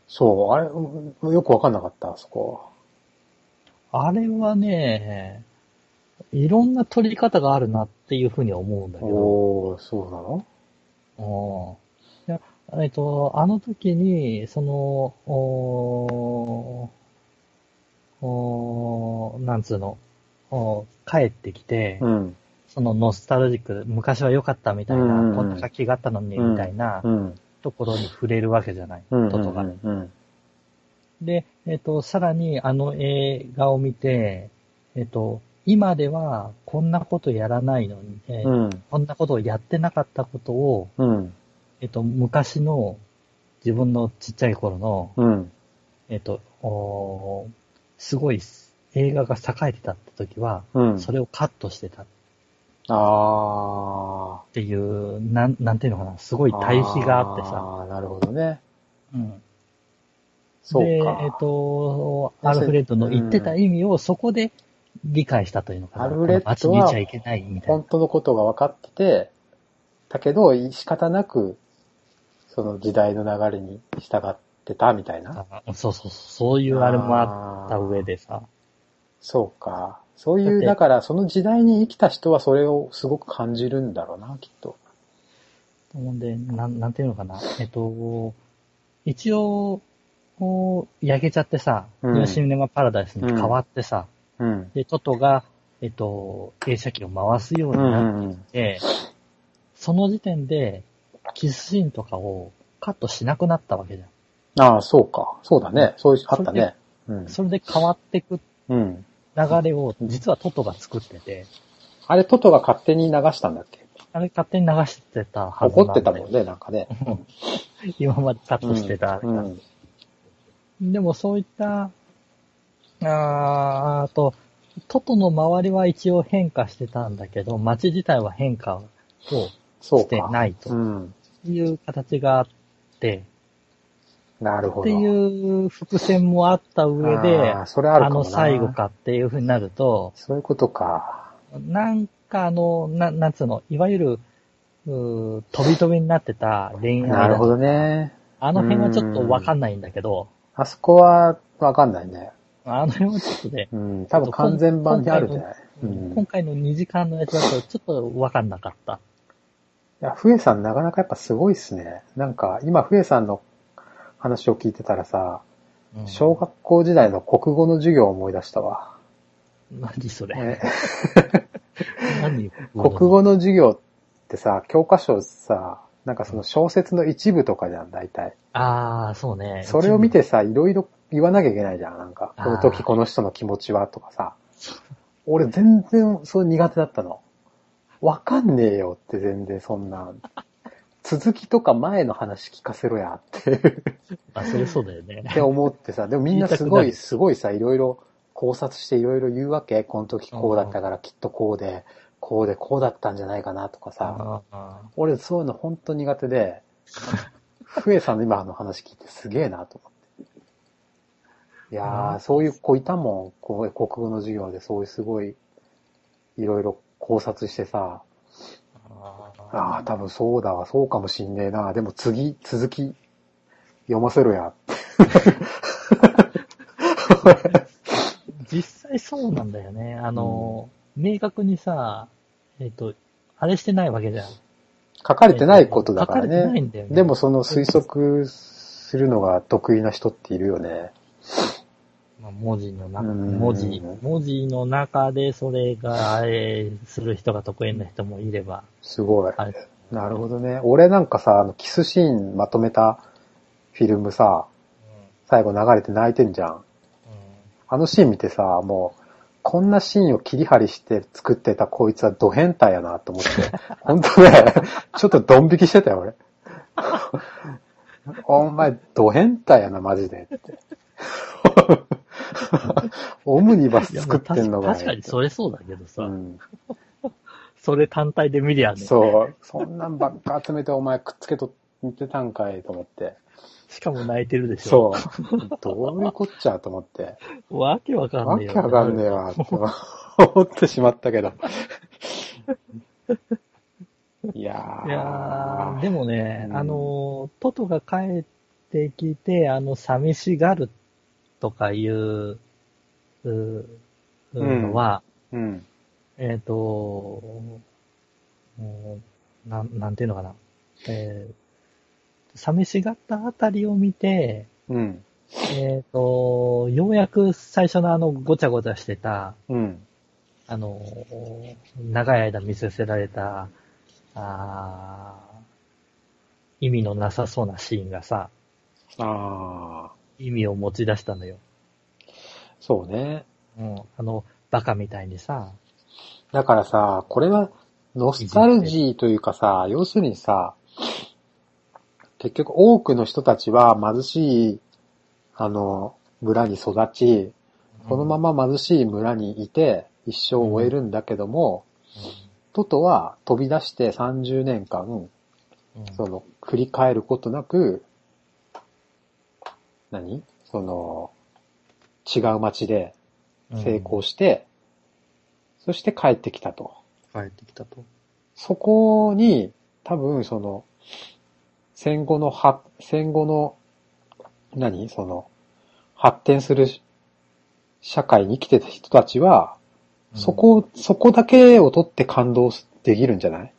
[SPEAKER 1] そう、あれ、うんよくわかんなかった、あそこ。
[SPEAKER 2] あれはね、いろんな取り方があるなっていうふうに思うんだけど、
[SPEAKER 1] おー、そうなの
[SPEAKER 2] うんいやえっと、あの時に、その、おーおーなんつうの、お帰ってきて、
[SPEAKER 1] うん。
[SPEAKER 2] そのノスタルジック、昔は良かったみたいな、
[SPEAKER 1] うんうんうん
[SPEAKER 2] こんな活気があったのに、みたいな
[SPEAKER 1] うん。
[SPEAKER 2] ところに触れるわけじゃない、
[SPEAKER 1] うん。
[SPEAKER 2] トトが。
[SPEAKER 1] うん。
[SPEAKER 2] で、えっ、と、さらにあの映画を見て、えっ、と、今ではこんなことやらないのに、えー
[SPEAKER 1] うん。
[SPEAKER 2] こんなことをやってなかったことを、
[SPEAKER 1] うん。
[SPEAKER 2] えっ、と、昔の自分のちっちゃい頃の、
[SPEAKER 1] うん。
[SPEAKER 2] えっ、と、おーすごい映画が栄えてたって時は、
[SPEAKER 1] うん。
[SPEAKER 2] それをカットしてたっ
[SPEAKER 1] あ
[SPEAKER 2] ていう、なん、なんていうのかな、すごい
[SPEAKER 1] ー。
[SPEAKER 2] 対比があってさ、
[SPEAKER 1] あーなるほどね。
[SPEAKER 2] うん
[SPEAKER 1] そう
[SPEAKER 2] で、えっ、
[SPEAKER 1] か。
[SPEAKER 2] と、アルフレッドの言ってた意味をそこで理解したというのかな。
[SPEAKER 1] アルフレッドは
[SPEAKER 2] この街にいちゃいけないみたい
[SPEAKER 1] 本
[SPEAKER 2] な。
[SPEAKER 1] 当のことが分かってて、だけど仕方なく、その時代の流れに従ってたみたいな。
[SPEAKER 2] あそうそうそう、そういうあれもあった上でさ。
[SPEAKER 1] そうか。そうい
[SPEAKER 2] だっ
[SPEAKER 1] う、
[SPEAKER 2] て
[SPEAKER 1] だからその時代に生きた人はそれをすごく感じるんだろうな、きっと。
[SPEAKER 2] ほんで、なん、なんていうのかな。えっと、一応、こう、焼けちゃってさ、
[SPEAKER 1] うん
[SPEAKER 2] ニューシネマパラダイスに変わってさ、
[SPEAKER 1] うん。
[SPEAKER 2] で、トトが、えっと、映写機を回すよう
[SPEAKER 1] う
[SPEAKER 2] になっ
[SPEAKER 1] んうん。
[SPEAKER 2] て、その時点で、キスシーンとかをカットしなくなったわけじゃん。
[SPEAKER 1] ああ、そうか。そうだね。そういう、あったね。うん。
[SPEAKER 2] それで変わってく
[SPEAKER 1] うん。
[SPEAKER 2] 流れを、実はトトが作ってて、
[SPEAKER 1] あれ、トトが勝手に流したんだっけ
[SPEAKER 2] あれ勝手に流してたはず
[SPEAKER 1] 怒
[SPEAKER 2] な
[SPEAKER 1] って
[SPEAKER 2] んだよ
[SPEAKER 1] たもんね、なんかね。
[SPEAKER 2] 今までカットしてたあれが。
[SPEAKER 1] うん。
[SPEAKER 2] でもそういった、あーあと、トトの周りは一応変化してたんだけど、街自体は変化を
[SPEAKER 1] そう
[SPEAKER 2] して
[SPEAKER 1] か。
[SPEAKER 2] ないと
[SPEAKER 1] うん。
[SPEAKER 2] いう形があって、
[SPEAKER 1] なるほど。
[SPEAKER 2] っていう伏線もあった上で、
[SPEAKER 1] あ
[SPEAKER 2] あ
[SPEAKER 1] ーそれあるかも
[SPEAKER 2] の
[SPEAKER 1] な
[SPEAKER 2] 最後かっていう風になると、
[SPEAKER 1] そういうことか。
[SPEAKER 2] なんかあの、ななんつうの、いわゆる、うー飛び飛びになってた恋愛だ
[SPEAKER 1] なるほどね。
[SPEAKER 2] あの辺はちょっとわかんないんだけど、
[SPEAKER 1] あそこはわかんないね。
[SPEAKER 2] あの辺はちょっとね、
[SPEAKER 1] うん。多分完全版にあるんじゃないうん。
[SPEAKER 2] 今回の2時間のやつだとちょっとわかんなかった。
[SPEAKER 1] いや、ふえさんなかなかやっぱすごいっすね。なんか、今ふえさんの話を聞いてたらさ、
[SPEAKER 2] うん
[SPEAKER 1] 小学校時代の国語の授業を思い出したわ。
[SPEAKER 2] 何それ
[SPEAKER 1] ね
[SPEAKER 2] 何
[SPEAKER 1] 国語の授業ってさ、教科書さ、なんかその小説の一部とかじゃん、大体。
[SPEAKER 2] ああ、そうね。
[SPEAKER 1] それを見てさ、いろいろ言わなきゃいけないじゃん、なんか。
[SPEAKER 2] あー
[SPEAKER 1] この時この人の気持ちはとかさ。俺全然そう苦手だったの。わかんねえよって全然そんな。続きとか前の話聞かせろやって
[SPEAKER 2] あ、それそうだよね。
[SPEAKER 1] って 思ってさ、でもみんなすご
[SPEAKER 2] 言いたくない
[SPEAKER 1] い、すごいさ、いろいろ考察していろいろ言うわけ。この時こうだったからきっとこうで、こうでこうだったんじゃないかなとかさ。
[SPEAKER 2] ああ
[SPEAKER 1] 俺そういうの本当苦手で、ふえさんの今の話聞いてすげえなと思って。いや
[SPEAKER 2] う
[SPEAKER 1] ー、
[SPEAKER 2] ん
[SPEAKER 1] そういう子いたもん。こう国語の授業でそういうすごい、いろいろ考察してさ、ああ、多分そうだわ、そうかもしんねえな。でも次、続き、読ませろ や。
[SPEAKER 2] 実際そうなんだよね。あの、明確にさ、えっ、と、あれしてないわけじゃん。
[SPEAKER 1] 書かれてないことだから
[SPEAKER 2] 書かれてない
[SPEAKER 1] ね。
[SPEAKER 2] んだよね。
[SPEAKER 1] でも、その推測するのが得意な人っているよね。
[SPEAKER 2] まあ、文字の中、
[SPEAKER 1] うん
[SPEAKER 2] 文字、文字の中でそれが、あれ、する人が得意な人もいれば、
[SPEAKER 1] すごい。
[SPEAKER 2] あれ、
[SPEAKER 1] なるほどね。俺なんかさ、あの、キスシーンまとめたフィルムさ、最後流れて泣いてんじゃん。あのシーン見てさ、もう、こんなシーンを切り張りして作ってたこいつはド変態やなと 思って。ほんとね、ちょっとドン引きしてたよ、俺。 お前、ド変態やな、マジで。って オムニバス
[SPEAKER 2] いや
[SPEAKER 1] 作ってんの
[SPEAKER 2] まあ
[SPEAKER 1] が
[SPEAKER 2] 確かにそれそうだけどさ、
[SPEAKER 1] うん、
[SPEAKER 2] それ単体で見りゃね。
[SPEAKER 1] そう。そんなんばっか集めてお前くっつけとってたんかいと思って。
[SPEAKER 2] しかも泣いてるでしょ。
[SPEAKER 1] そう。どういうこっちゃと思って。
[SPEAKER 2] わけわかん
[SPEAKER 1] わ
[SPEAKER 2] ねえ
[SPEAKER 1] け
[SPEAKER 2] よ。
[SPEAKER 1] わかんねえわって 思ってしまったけど。いやー。
[SPEAKER 2] いやーでもね、
[SPEAKER 1] うん
[SPEAKER 2] あの、トトが帰ってきて、あの、寂しがるとかいう、ううのは、
[SPEAKER 1] うん。
[SPEAKER 2] えっ、と、もうなん、なんていうのかな。えー寂しがったあたりを見て、
[SPEAKER 1] うん。
[SPEAKER 2] えっ、と、ようやく最初のあの、ごちゃごちゃしてた、
[SPEAKER 1] うん。
[SPEAKER 2] あの、長い間見せせられた、あー意味のなさそうなシーンがさ、
[SPEAKER 1] あ
[SPEAKER 2] 意味を持ち出したのよ。
[SPEAKER 1] ー。そうね。
[SPEAKER 2] うん、あの、バカみたいにさ、
[SPEAKER 1] だからさ、これは、ノスタルジーというかさ、要するにさ、結局多くの人たちは貧しい、あの、村に育ち、このま
[SPEAKER 2] ま、
[SPEAKER 1] ま貧しい村にいて、一生を終えるんだけども、トトは飛び出して30年間、
[SPEAKER 2] うん
[SPEAKER 1] その、繰り返ることなく、何その、違う町で成功して、そして帰ってきたと。
[SPEAKER 2] 帰ってきたと。
[SPEAKER 1] そこに、多分その、戦後のは、戦後の、何その、発展する社会に生きてた人たちは、そこ、そこだけを取って感動できるんじゃない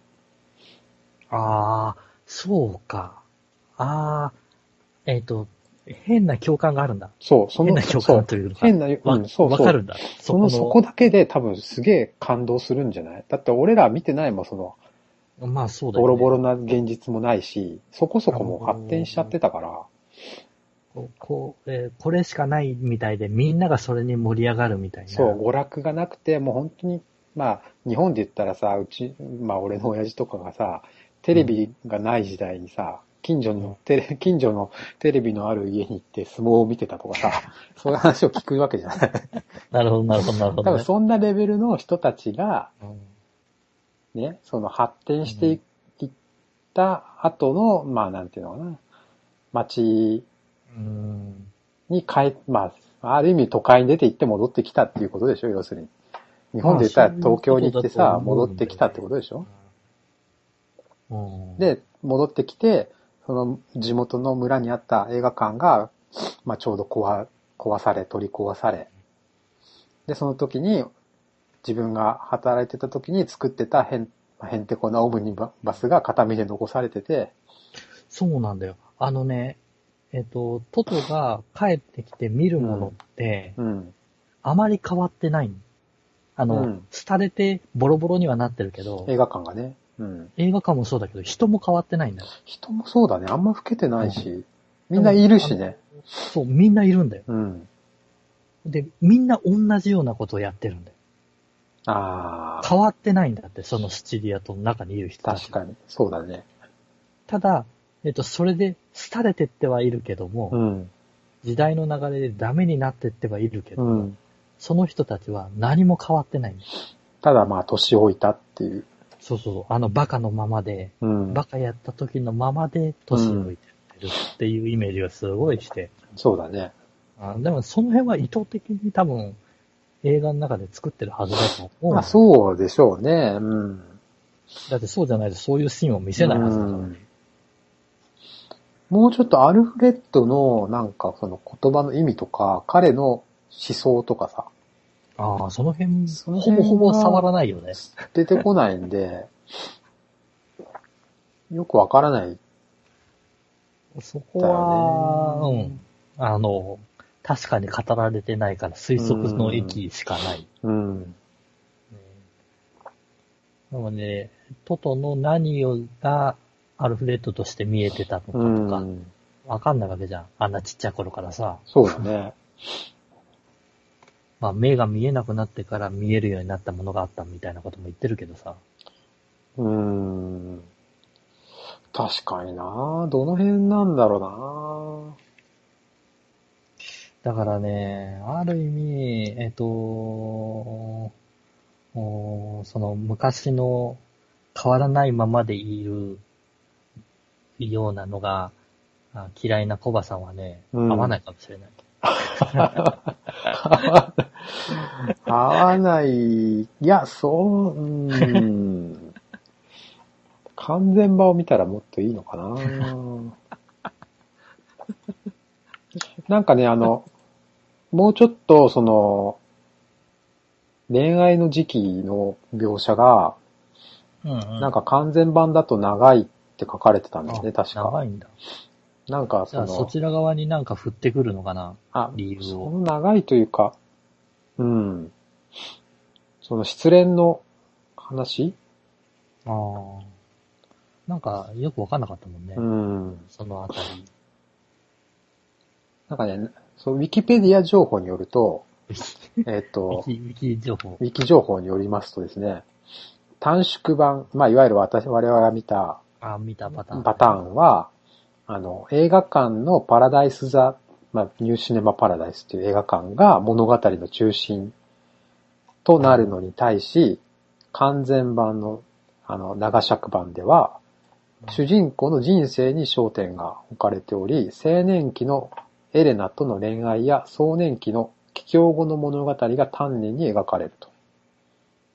[SPEAKER 2] ああ、そうか。ああ、えっ、と、変な共感があるんだ。
[SPEAKER 1] そう、その、
[SPEAKER 2] 変な共
[SPEAKER 1] そう
[SPEAKER 2] 感というか。
[SPEAKER 1] 変な、う
[SPEAKER 2] わ
[SPEAKER 1] ん、そう
[SPEAKER 2] わ
[SPEAKER 1] そう。
[SPEAKER 2] かるんだ。
[SPEAKER 1] その、そこだけで多分すげえ感動するんじゃないだって俺ら見てないもん、その、
[SPEAKER 2] このまあそうだよ
[SPEAKER 1] ボ
[SPEAKER 2] ね。
[SPEAKER 1] ロボロな現実もないし、そこそこもう発展しちゃってたから、
[SPEAKER 2] ここう、えーこれしかないみたいで、みんながそれに盛り上がるみたいな。
[SPEAKER 1] そう、娯楽がなくて、もう本当に、まあ、日本で言ったらさ、うち、まあ俺の親父とかがさ、テレビがない時代にさ、近所のテレ、 近所のテレビのある家に行って相撲を見てたとか さ、そういう話を聞くわけじゃない。
[SPEAKER 2] なるほど、なるほど、なる
[SPEAKER 1] 多
[SPEAKER 2] ほど、
[SPEAKER 1] 分
[SPEAKER 2] ね。
[SPEAKER 1] そんなレベルの人たちが、
[SPEAKER 2] うん
[SPEAKER 1] ね、その発展していいった後の、まあなんていうのかな、町
[SPEAKER 2] うん。
[SPEAKER 1] に帰、まあ、ある意味都会に出て行って戻ってきたっていうことでしょ、要するに。日本で言ったら
[SPEAKER 2] まあそういう
[SPEAKER 1] 東京に行って
[SPEAKER 2] ことだ
[SPEAKER 1] さ、
[SPEAKER 2] と思うんだよね
[SPEAKER 1] 戻ってきたってことでしょ
[SPEAKER 2] うん、
[SPEAKER 1] で、戻ってきて、その地元の村にあった映画館が、まあちょうど壊、壊され、取り壊され。で、その時に、自分が働いてた時に作ってたへん、まあへんてこなオムニバスが片身で残されてて、
[SPEAKER 2] そうなんだよ。あのね、えっ、と、トトが帰ってきて見るものって、
[SPEAKER 1] うん。
[SPEAKER 2] あまり変わってないのあの、
[SPEAKER 1] うん
[SPEAKER 2] 廃れてボロボロにはなってるけど、
[SPEAKER 1] 映画館がね。うん。
[SPEAKER 2] 映画館もそうだけど、人も変わってないんだよ。
[SPEAKER 1] 人もそうだね。あんま老けてないし、みんないるしね。
[SPEAKER 2] そう、みんないるんだよ。
[SPEAKER 1] うん。
[SPEAKER 2] で、みんな同じようなことをやってるんだよ。
[SPEAKER 1] ああ、
[SPEAKER 2] 変わってないんだって、そのシチリア島の中にいる人たち。
[SPEAKER 1] 確かに。そうだね。
[SPEAKER 2] ただ、えっと、それで、廃れてってはいるけども、
[SPEAKER 1] うん。
[SPEAKER 2] 時代の流れでダメになってってはいるけど、
[SPEAKER 1] うん。
[SPEAKER 2] その人たちは何も変わってないんだよ。
[SPEAKER 1] ただまあ、年老いたっていう。
[SPEAKER 2] そうそう、あのバカのままで、
[SPEAKER 1] うん。
[SPEAKER 2] バカやった時のままで年老いてってるっていうイメージがすごいして、
[SPEAKER 1] そうだね。
[SPEAKER 2] あでもその辺は意図的に多分映画の中で作ってるはずだと思う。
[SPEAKER 1] まあ、そうでしょうね。うん。
[SPEAKER 2] だってそうじゃないとそういうシーンを見せないはずだから。
[SPEAKER 1] うんもうちょっとアルフレッドの、なんか、その言葉の意味とか、彼の思想とかさ、
[SPEAKER 2] ああ、その辺、
[SPEAKER 1] その
[SPEAKER 2] ほ
[SPEAKER 1] 辺
[SPEAKER 2] ぼ
[SPEAKER 1] は
[SPEAKER 2] ほぼ触らないよね。
[SPEAKER 1] 出てこないんで、 よくわからない
[SPEAKER 2] そこは、うん。あの、確かに語られてないから推測の域しかない。
[SPEAKER 1] うん。
[SPEAKER 2] なので、トトの何をがアルフレッドとして見えてたのかとか、わかんないわけじゃん。あんなちっちゃい頃からさ。
[SPEAKER 1] そうだね。
[SPEAKER 2] まあ目が見えなくなってから見えるようになったものがあったみたいなことも言ってるけどさ。
[SPEAKER 1] うん。確かになどの辺なんだろ
[SPEAKER 2] だからね、ある意味、えっと、おーその昔の変わらないままでいるようなのがあ嫌いなコバさんはね、
[SPEAKER 1] うん
[SPEAKER 2] 合わないかもしれない。
[SPEAKER 1] うな合わない、いや、そう、うん。完全版を見たらもっといいのかななんかね、あの、もうちょっと、その、恋愛の時期の描写が、
[SPEAKER 2] うん、
[SPEAKER 1] なんか完全版だと長いって書かれてたんですね、
[SPEAKER 2] あ
[SPEAKER 1] 確か。
[SPEAKER 2] 長いんだ。
[SPEAKER 1] なんか
[SPEAKER 2] じ
[SPEAKER 1] そ
[SPEAKER 2] ゃあ
[SPEAKER 1] の、
[SPEAKER 2] そちら側になんか振ってくるのかな
[SPEAKER 1] あ、
[SPEAKER 2] 理由
[SPEAKER 1] そ
[SPEAKER 2] を。
[SPEAKER 1] の長いというか、うん。その失恋の話
[SPEAKER 2] ああ。なんかよくわかんなかったもんね。
[SPEAKER 1] うん。
[SPEAKER 2] そのあたり。
[SPEAKER 1] なんかね、そう、ウィキペディア情報によると、
[SPEAKER 2] ウ
[SPEAKER 1] えっ、と、
[SPEAKER 2] ィキ情報
[SPEAKER 1] ウ。ィキ情報によりますとですね、短縮版、まあ、いわゆる私、我々が見た
[SPEAKER 2] あ、見たパターン。
[SPEAKER 1] パターンは、あの、映画館のパラダイス座、まあ、ニューシネマパラダイスっていう映画館が物語の中心となるのに対し、完全版の、あの、長尺版では、主人公の人生に焦点が置かれており、青年期のエレナとの恋愛や壮年期の帰郷後の物語が丹念に描かれると。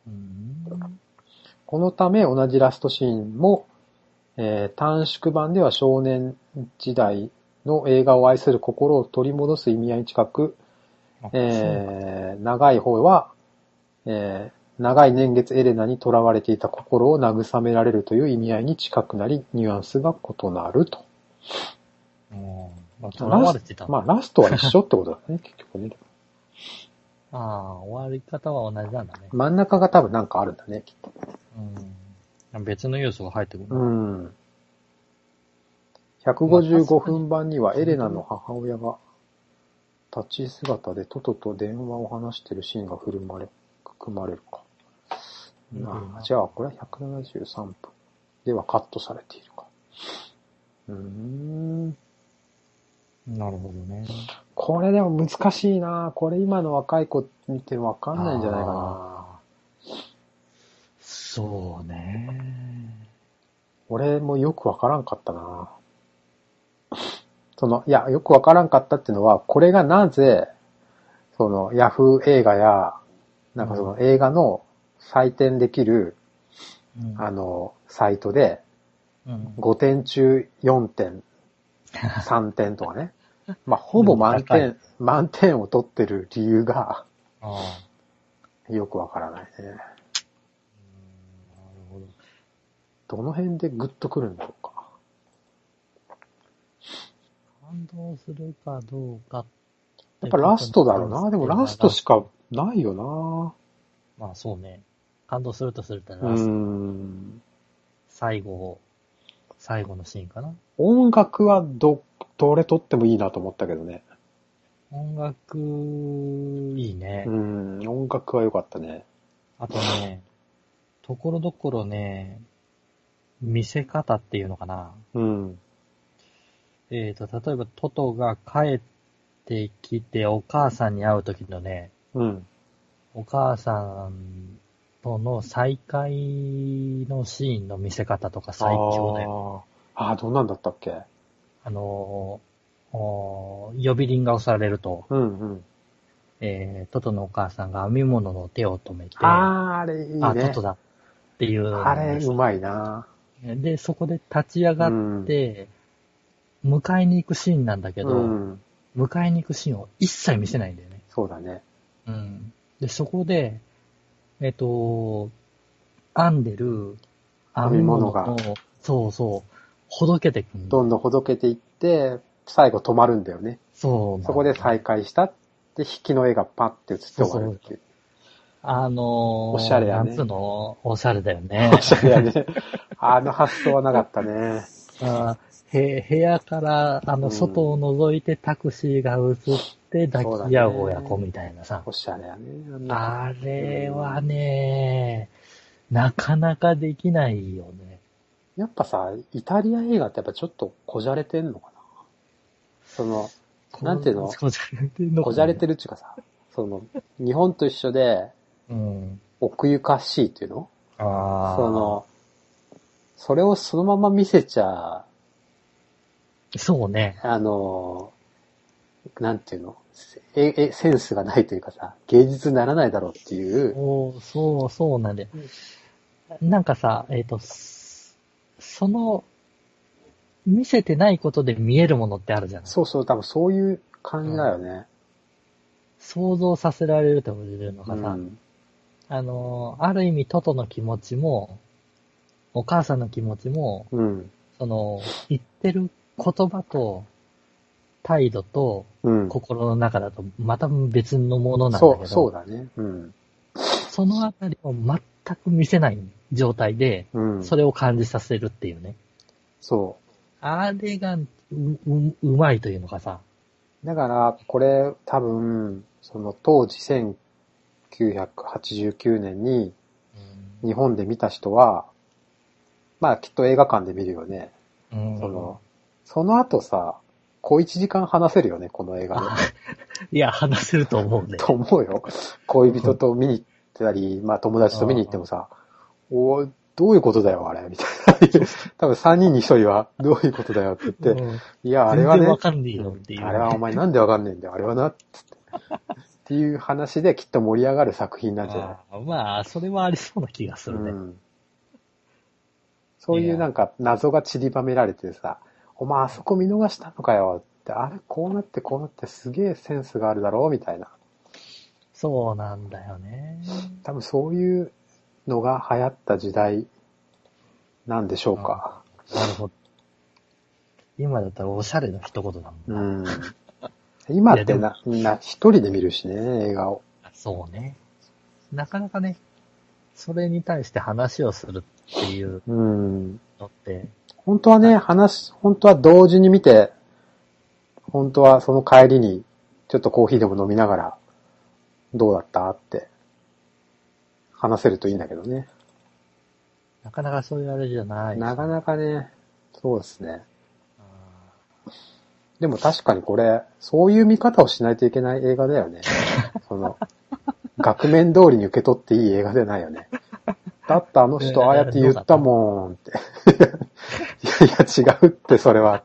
[SPEAKER 2] うん。
[SPEAKER 1] このため同じラストシーンも、えー短縮版では少年時代の映画を愛する心を取り戻す意味合いに近く、
[SPEAKER 2] あ
[SPEAKER 1] えー長い方は、えー長い年月エレナに囚われていた心を慰められるという意味合いに近くなり、ニュアンスが異なると。
[SPEAKER 2] そううんまあ、囚われてたんだ。
[SPEAKER 1] まあ、ラストは一緒ってことだ ね、結局ね。
[SPEAKER 2] ああ、終わり方は同じなんだね。
[SPEAKER 1] 真ん中が多分なんかあるんだね、きっと。
[SPEAKER 2] うん。別の要素が入ってく
[SPEAKER 1] う
[SPEAKER 2] る。
[SPEAKER 1] ん。155分版にはエレナの母親が立ち姿でトトと電話を話してるシーンが振るまれ、組まれるか。
[SPEAKER 2] うん
[SPEAKER 1] あじゃあ、これは173分ではカットされているか。うーん。
[SPEAKER 2] なるほどね。
[SPEAKER 1] これでも難しいなこれ今の若い子見てわかんないんじゃないかな
[SPEAKER 2] そうね。
[SPEAKER 1] 俺もよくわからんかったな その、いや、よくわからんかったっていうのは、これがなぜ、その、ヤフー映画や、なんかその映画の採点できる、
[SPEAKER 2] うん
[SPEAKER 1] あの、サイトで、
[SPEAKER 2] うん
[SPEAKER 1] 5点中4点、3点とかね。まあ、ほぼ満
[SPEAKER 2] 高
[SPEAKER 1] 点、満点を取ってる理由が、
[SPEAKER 2] ああ。
[SPEAKER 1] よくわからないね。
[SPEAKER 2] なるほど。
[SPEAKER 1] どの辺でグッとくるんだろうか。
[SPEAKER 2] 感動するかどうか
[SPEAKER 1] やっぱラストだろうな。でもラストし
[SPEAKER 2] か。
[SPEAKER 1] かないよな
[SPEAKER 2] まあそうね。感動するとすると
[SPEAKER 1] う
[SPEAKER 2] ラスト、
[SPEAKER 1] ん。
[SPEAKER 2] 最後、最後のシーンかな。
[SPEAKER 1] 音楽はど、どれ撮ってもいいなと思ったけどね。
[SPEAKER 2] 音楽、いいね
[SPEAKER 1] う。ん、音楽は良かったね。
[SPEAKER 2] あとね、ところどころね、見せ方っていうのかな。
[SPEAKER 1] うん。
[SPEAKER 2] えっ、と、例えばトトが帰ってきてお母さんに会う時のね、
[SPEAKER 1] うん。
[SPEAKER 2] お母さんとの再会のシーンの見せ方とか最強だよ。
[SPEAKER 1] あーあー、どんなんだったっけ
[SPEAKER 2] あのー、おー呼び鈴が押されると、
[SPEAKER 1] うんうん。
[SPEAKER 2] えー、トトのお母さんが編み物の手を止めて、
[SPEAKER 1] ああー、あれいいね。
[SPEAKER 2] あトトだっていうの
[SPEAKER 1] あれ、
[SPEAKER 2] です
[SPEAKER 1] うまいな
[SPEAKER 2] で、そこで立ち上がって、迎えに行くシーンなんだけど、
[SPEAKER 1] うん。
[SPEAKER 2] 迎えに行くシーンを一切見せないんだよね。
[SPEAKER 1] そうだね。
[SPEAKER 2] うん。で、そこで、えっ、と、編んでる
[SPEAKER 1] 編み物が
[SPEAKER 2] 編みをそうそう、ほどけてくんだ
[SPEAKER 1] どんどんほどけていって、最後止まるんだよね。
[SPEAKER 2] そうなんだ
[SPEAKER 1] そこで再開した。で、引きの絵がパッて映って終わるっていう。
[SPEAKER 2] あのー、
[SPEAKER 1] おしゃれやね
[SPEAKER 2] なんつうのおしゃれだよね。
[SPEAKER 1] おし ゃれやね。あの発想はなかったね。
[SPEAKER 2] あーへ部屋から、あ
[SPEAKER 1] うん
[SPEAKER 2] の、外を覗いてタクシーが映って抱き合う親子みたいなさ。
[SPEAKER 1] おしゃれやね。あんな
[SPEAKER 2] あれはね、なかなかできないよね。
[SPEAKER 1] やっぱさ、イタリア映画ってやっぱちょっとこじゃれてんのかなその、なんていうの
[SPEAKER 2] こじゃれてるのか
[SPEAKER 1] こ
[SPEAKER 2] な
[SPEAKER 1] じゃれてるっていうかさ、その、日本と一緒で
[SPEAKER 2] うん。
[SPEAKER 1] 奥ゆかしいっていうの
[SPEAKER 2] ああ。
[SPEAKER 1] そ、の、それをそのまま見せちゃ、
[SPEAKER 2] そうね。
[SPEAKER 1] あの、なんていうのえ、え、センスがないというかさ、芸術にならないだろうっていう、
[SPEAKER 2] そう、そう、そうなんで。なんかさ、えっ、と、すその、見せてないことで見えるものってあるじゃない
[SPEAKER 1] そうそう、多分そういう感じだよね。
[SPEAKER 2] 想像させられるというのがさ、
[SPEAKER 1] うん
[SPEAKER 2] あのー、ある意味トトの気持ちも、お母さんの気持ちも、
[SPEAKER 1] うん。
[SPEAKER 2] その、言ってる言葉と、態度と、
[SPEAKER 1] うん。
[SPEAKER 2] 心の中だと、また別のものなんだけ
[SPEAKER 1] そ
[SPEAKER 2] ど、
[SPEAKER 1] う、そうだね。うん。
[SPEAKER 2] そのあたりを全く見せない状態で、
[SPEAKER 1] うん。
[SPEAKER 2] それを感じさせるっていうね。
[SPEAKER 1] そう。
[SPEAKER 2] あれが、う、う、うまいというのかさ。
[SPEAKER 1] だから、これ多分、その当時1989年に日本で見た人は、まあきっと映画館で見るよね。
[SPEAKER 2] うん
[SPEAKER 1] その、その後さ、小一時間話せるよね、この映画
[SPEAKER 2] あいや、話せると思うね
[SPEAKER 1] で。。と思うよ。恋人と見に行った り、まあ友達と見に行ってもさ、おーどういうことだよ、あれ、みたいな。多分3人に1人は、どういうことだよって言って、
[SPEAKER 2] うん
[SPEAKER 1] いや、あれは
[SPEAKER 2] 全
[SPEAKER 1] ね
[SPEAKER 2] 然わ、かんねえよっていう。
[SPEAKER 1] あれはお前なんでわかんねえんだよ、あれはな、つって。っていう話できっと盛り上がる作品なんじゃない
[SPEAKER 2] あーまあ、それはありそうな気がするね。
[SPEAKER 1] うんそういうなんか謎が散りばめられてさ、お前あそこ見逃したのかよって、あれこうなってこうなってすげえセンスがあるだろうみたいな。
[SPEAKER 2] そうなんだよね。
[SPEAKER 1] 多分そういうのが流行った時代なんでしょうか。
[SPEAKER 2] なるほど。今だったらおしゃれの一言だもん。
[SPEAKER 1] うん。今って
[SPEAKER 2] いや
[SPEAKER 1] な、みんな一人で見るしね、映画を。
[SPEAKER 2] そうね。なかなかね、それに対して話をするっていう
[SPEAKER 1] うん。
[SPEAKER 2] のって、
[SPEAKER 1] 本当はね、話、本当は同時に見て、本当はその帰りに、ちょっとコーヒーでも飲みながら、どうだったって、話せるといいんだけどね。
[SPEAKER 2] なかなかそういうあれじゃない。
[SPEAKER 1] なか
[SPEAKER 2] か。
[SPEAKER 1] なかね、そうですね。でも確かにこれ、そういう見方をしないといけない映画だよ ね。その、額面通りに受け取っていい映画じゃないよね。だってあの人ああやって言ったもんって。 いやいや、違うって、それは。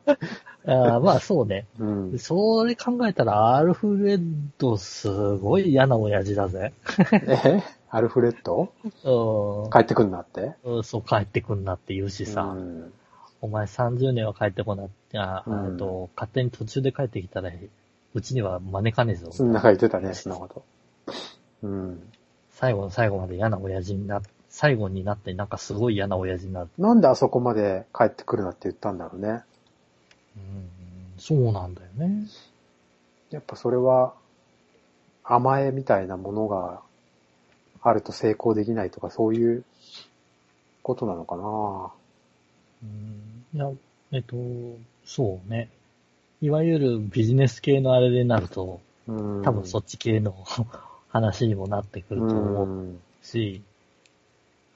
[SPEAKER 2] あーまあそうね。
[SPEAKER 1] うん。
[SPEAKER 2] それ考えたら、アルフレッドすごい嫌な親父だぜ。
[SPEAKER 1] えアルフレッド
[SPEAKER 2] うん
[SPEAKER 1] 帰ってくんなって
[SPEAKER 2] うん。そう帰ってくんなって言うしさ、
[SPEAKER 1] うん
[SPEAKER 2] お前30年は帰ってこなって、あ
[SPEAKER 1] うん
[SPEAKER 2] えっと勝手に途中で帰ってきたら、うちには招かねえぞ。
[SPEAKER 1] そんな中言ってたね、そんなこと。うん。
[SPEAKER 2] 最後の最後まで嫌な親父にな、最後になってなんかすごい嫌な親父になる。
[SPEAKER 1] なんであそこまで帰ってくるなって言ったんだろうね。
[SPEAKER 2] うん、そうなんだよね。
[SPEAKER 1] やっぱそれは、甘えみたいなものがあると成功できないとか、そういうことなのかな
[SPEAKER 2] うん、いや、えっと、そうね。いわゆるビジネス系のあれでなると、
[SPEAKER 1] うん。
[SPEAKER 2] 多分そっち系の 話にもなってくると思う
[SPEAKER 1] うん。
[SPEAKER 2] し、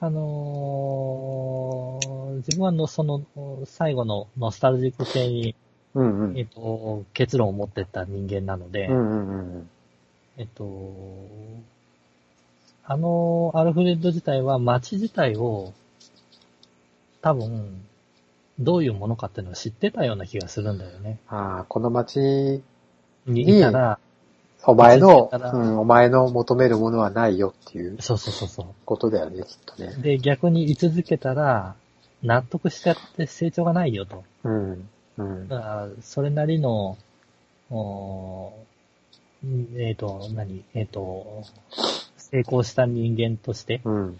[SPEAKER 2] あのー自分はのその、最後のノスタルジック系に、
[SPEAKER 1] うんうん。
[SPEAKER 2] えっと、結論を持ってった人間なので、
[SPEAKER 1] うんうんうん。
[SPEAKER 2] えっと、あのアルフレッド自体は街自体を多分どういうものかっていうのを知ってたような気がするんだよね。
[SPEAKER 1] ああ、この街、
[SPEAKER 2] にいたら、
[SPEAKER 1] お前の、
[SPEAKER 2] だから
[SPEAKER 1] うん、お前の求めるものはないよっていう
[SPEAKER 2] そうそうそうそ
[SPEAKER 1] ことだよね、きっとね
[SPEAKER 2] う。。で、逆に居続けたら、納得しちゃって成長がないよと。
[SPEAKER 1] うん。うん。
[SPEAKER 2] だからそれなりの、おーんえっ、と、何えっ、と、成功した人間として、
[SPEAKER 1] うん。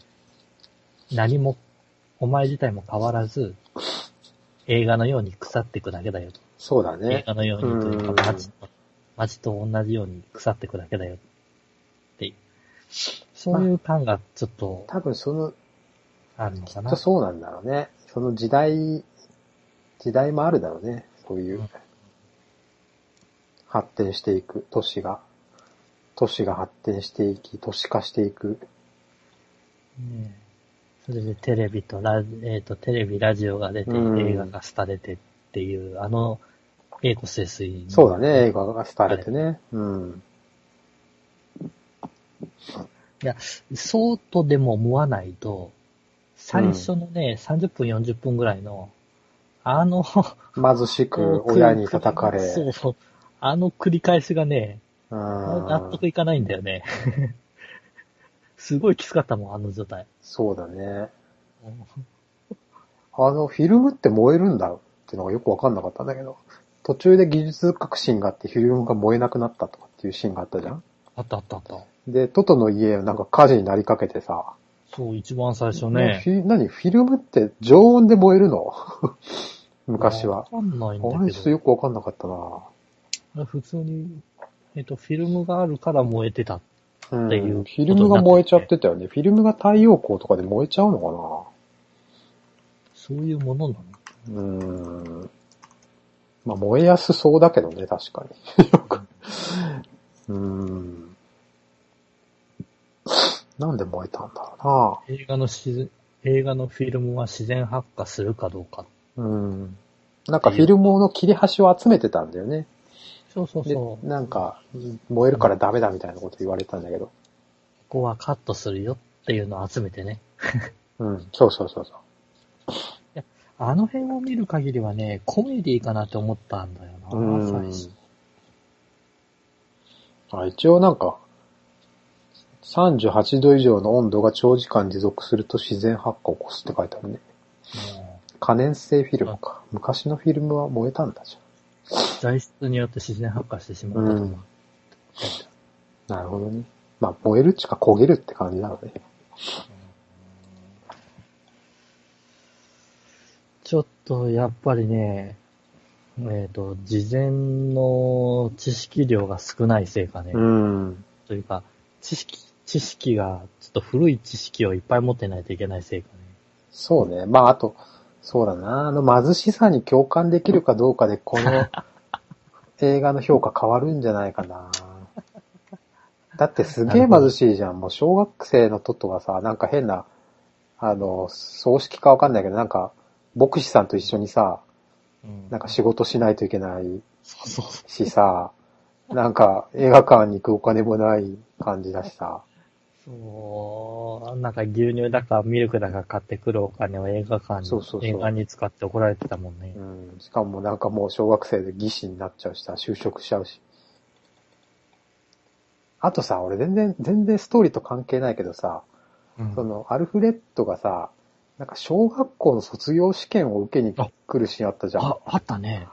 [SPEAKER 2] 何も、お前自体も変わらず、映画のように腐っていくだけだよと。
[SPEAKER 1] そうだ
[SPEAKER 2] 映
[SPEAKER 1] ね。
[SPEAKER 2] 画のようにという
[SPEAKER 1] うん
[SPEAKER 2] か、街と、街と同じように腐っていくだけだよっていう。そういう感がちょっと
[SPEAKER 1] 多分その、
[SPEAKER 2] あるのか
[SPEAKER 1] きっ
[SPEAKER 2] な、
[SPEAKER 1] と。そうなんだろうね。その時代、時代もあるだろうね。そういううん発展していく、都市が、都市が発展していき、都市化していく。
[SPEAKER 2] ねそれでテレビとラ、えっ、と、テレビ、ラジオが出て、
[SPEAKER 1] うん
[SPEAKER 2] 映画が廃れてっていう、あの、栄光清水の
[SPEAKER 1] そうだね、映画が廃れてね。うん。
[SPEAKER 2] そうとでも思わないと、最初のね、30分、40分ぐらいの、あの、
[SPEAKER 1] 貧しく親に叩かれ、
[SPEAKER 2] そうそう。あの繰り返しがね、
[SPEAKER 1] う
[SPEAKER 2] 納
[SPEAKER 1] ん
[SPEAKER 2] 得いかないんだよね。 すごいきつかったもん、あの状態。
[SPEAKER 1] そうだね。あの、フィルムって燃えるんだってのがよくわかんなかったんだけど、途中で技術革新があってフィルムが燃えなくなったとかっていうシーンがあったじゃん
[SPEAKER 2] あったあったあった。
[SPEAKER 1] で、トトの家、なんか火事になりかけてさ、
[SPEAKER 2] そう、一番最初
[SPEAKER 1] ね
[SPEAKER 2] ね。
[SPEAKER 1] フィ何フィルムって常温で燃えるの 昔は。
[SPEAKER 2] わかんないん
[SPEAKER 1] あ
[SPEAKER 2] だ
[SPEAKER 1] れちょっと
[SPEAKER 2] けど
[SPEAKER 1] よくわかんなかったな。
[SPEAKER 2] あれ普通に、えっ、と、フィルムがあるから燃えてた。
[SPEAKER 1] うん、
[SPEAKER 2] っていう
[SPEAKER 1] フィルムが燃えちゃってたよね。フィルムが太陽光とかで燃えちゃうの
[SPEAKER 2] そういうものなの。
[SPEAKER 1] かなうーん。まあ燃えやすそうだけどね、確かに。 よく。うーん。なんで燃えたんだろ
[SPEAKER 2] 映画の自然映画のフィルムは自然発火するかどうか。
[SPEAKER 1] うな。うん。なんかフィルムの切れ端を集めてたんだよね。
[SPEAKER 2] そうそう
[SPEAKER 1] で
[SPEAKER 2] そ、う。こ
[SPEAKER 1] なんか、燃えるからダメだみたいなこと言われたんだけど。
[SPEAKER 2] こはカットするよっていうのを集めてね。
[SPEAKER 1] うん、そうそうそうそう。
[SPEAKER 2] あの辺を見る限りはね、コメディかなって思ったんだよな、
[SPEAKER 1] うん
[SPEAKER 2] 最初。
[SPEAKER 1] あ一応なんか、 38度以上の温度が長時間持続すると自然発火を起こすって書いてあるね。可燃性フィルムか。昔のフィルムは燃えたんだじ
[SPEAKER 2] 材質によって自然発火してし
[SPEAKER 1] ゃん。
[SPEAKER 2] ま
[SPEAKER 1] う
[SPEAKER 2] ったと
[SPEAKER 1] ん
[SPEAKER 2] か。。
[SPEAKER 1] なるほどね。まあ、燃えるっちか焦げるって感じなのね。
[SPEAKER 2] ちょっと、やっぱりね、えっ、と、事前の知識量が少ないせいかね、
[SPEAKER 1] うん。
[SPEAKER 2] というか、知識、知識が、ちょっと古い知識をいっぱい持ってないといけないせいかね。
[SPEAKER 1] そうね。まあ、あと、そうだな。あの、貧しさに共感できるかどうかで、この映画の評価変わるんじゃないかな。だってすげえ貧しいじゃん。もう小学生のトトがさ、なんか変な、あの、葬式かわかんないけど、なんか、牧師さんと一緒にさ、
[SPEAKER 2] うん
[SPEAKER 1] なんか仕事しないといけない
[SPEAKER 2] そうそうそ
[SPEAKER 1] しさ、なんか映画館に行くお金もない感じだしさ。
[SPEAKER 2] う。そう、なんか牛乳だかミルクだか買ってくるお金を映画館に、
[SPEAKER 1] そうそうそう
[SPEAKER 2] 映画に使って怒られてたもんね。
[SPEAKER 1] うん。しかもなんかもう小学生で技師になっちゃうしさ、就職しちゃうし。あとさ、俺全然、全然ストーリーと関係ないけどさ、
[SPEAKER 2] うん
[SPEAKER 1] そのアルフレッドがさ、なんか小学校の卒業試験を受けに来るシーンあったじゃん。
[SPEAKER 2] あ
[SPEAKER 1] あ、
[SPEAKER 2] あったね。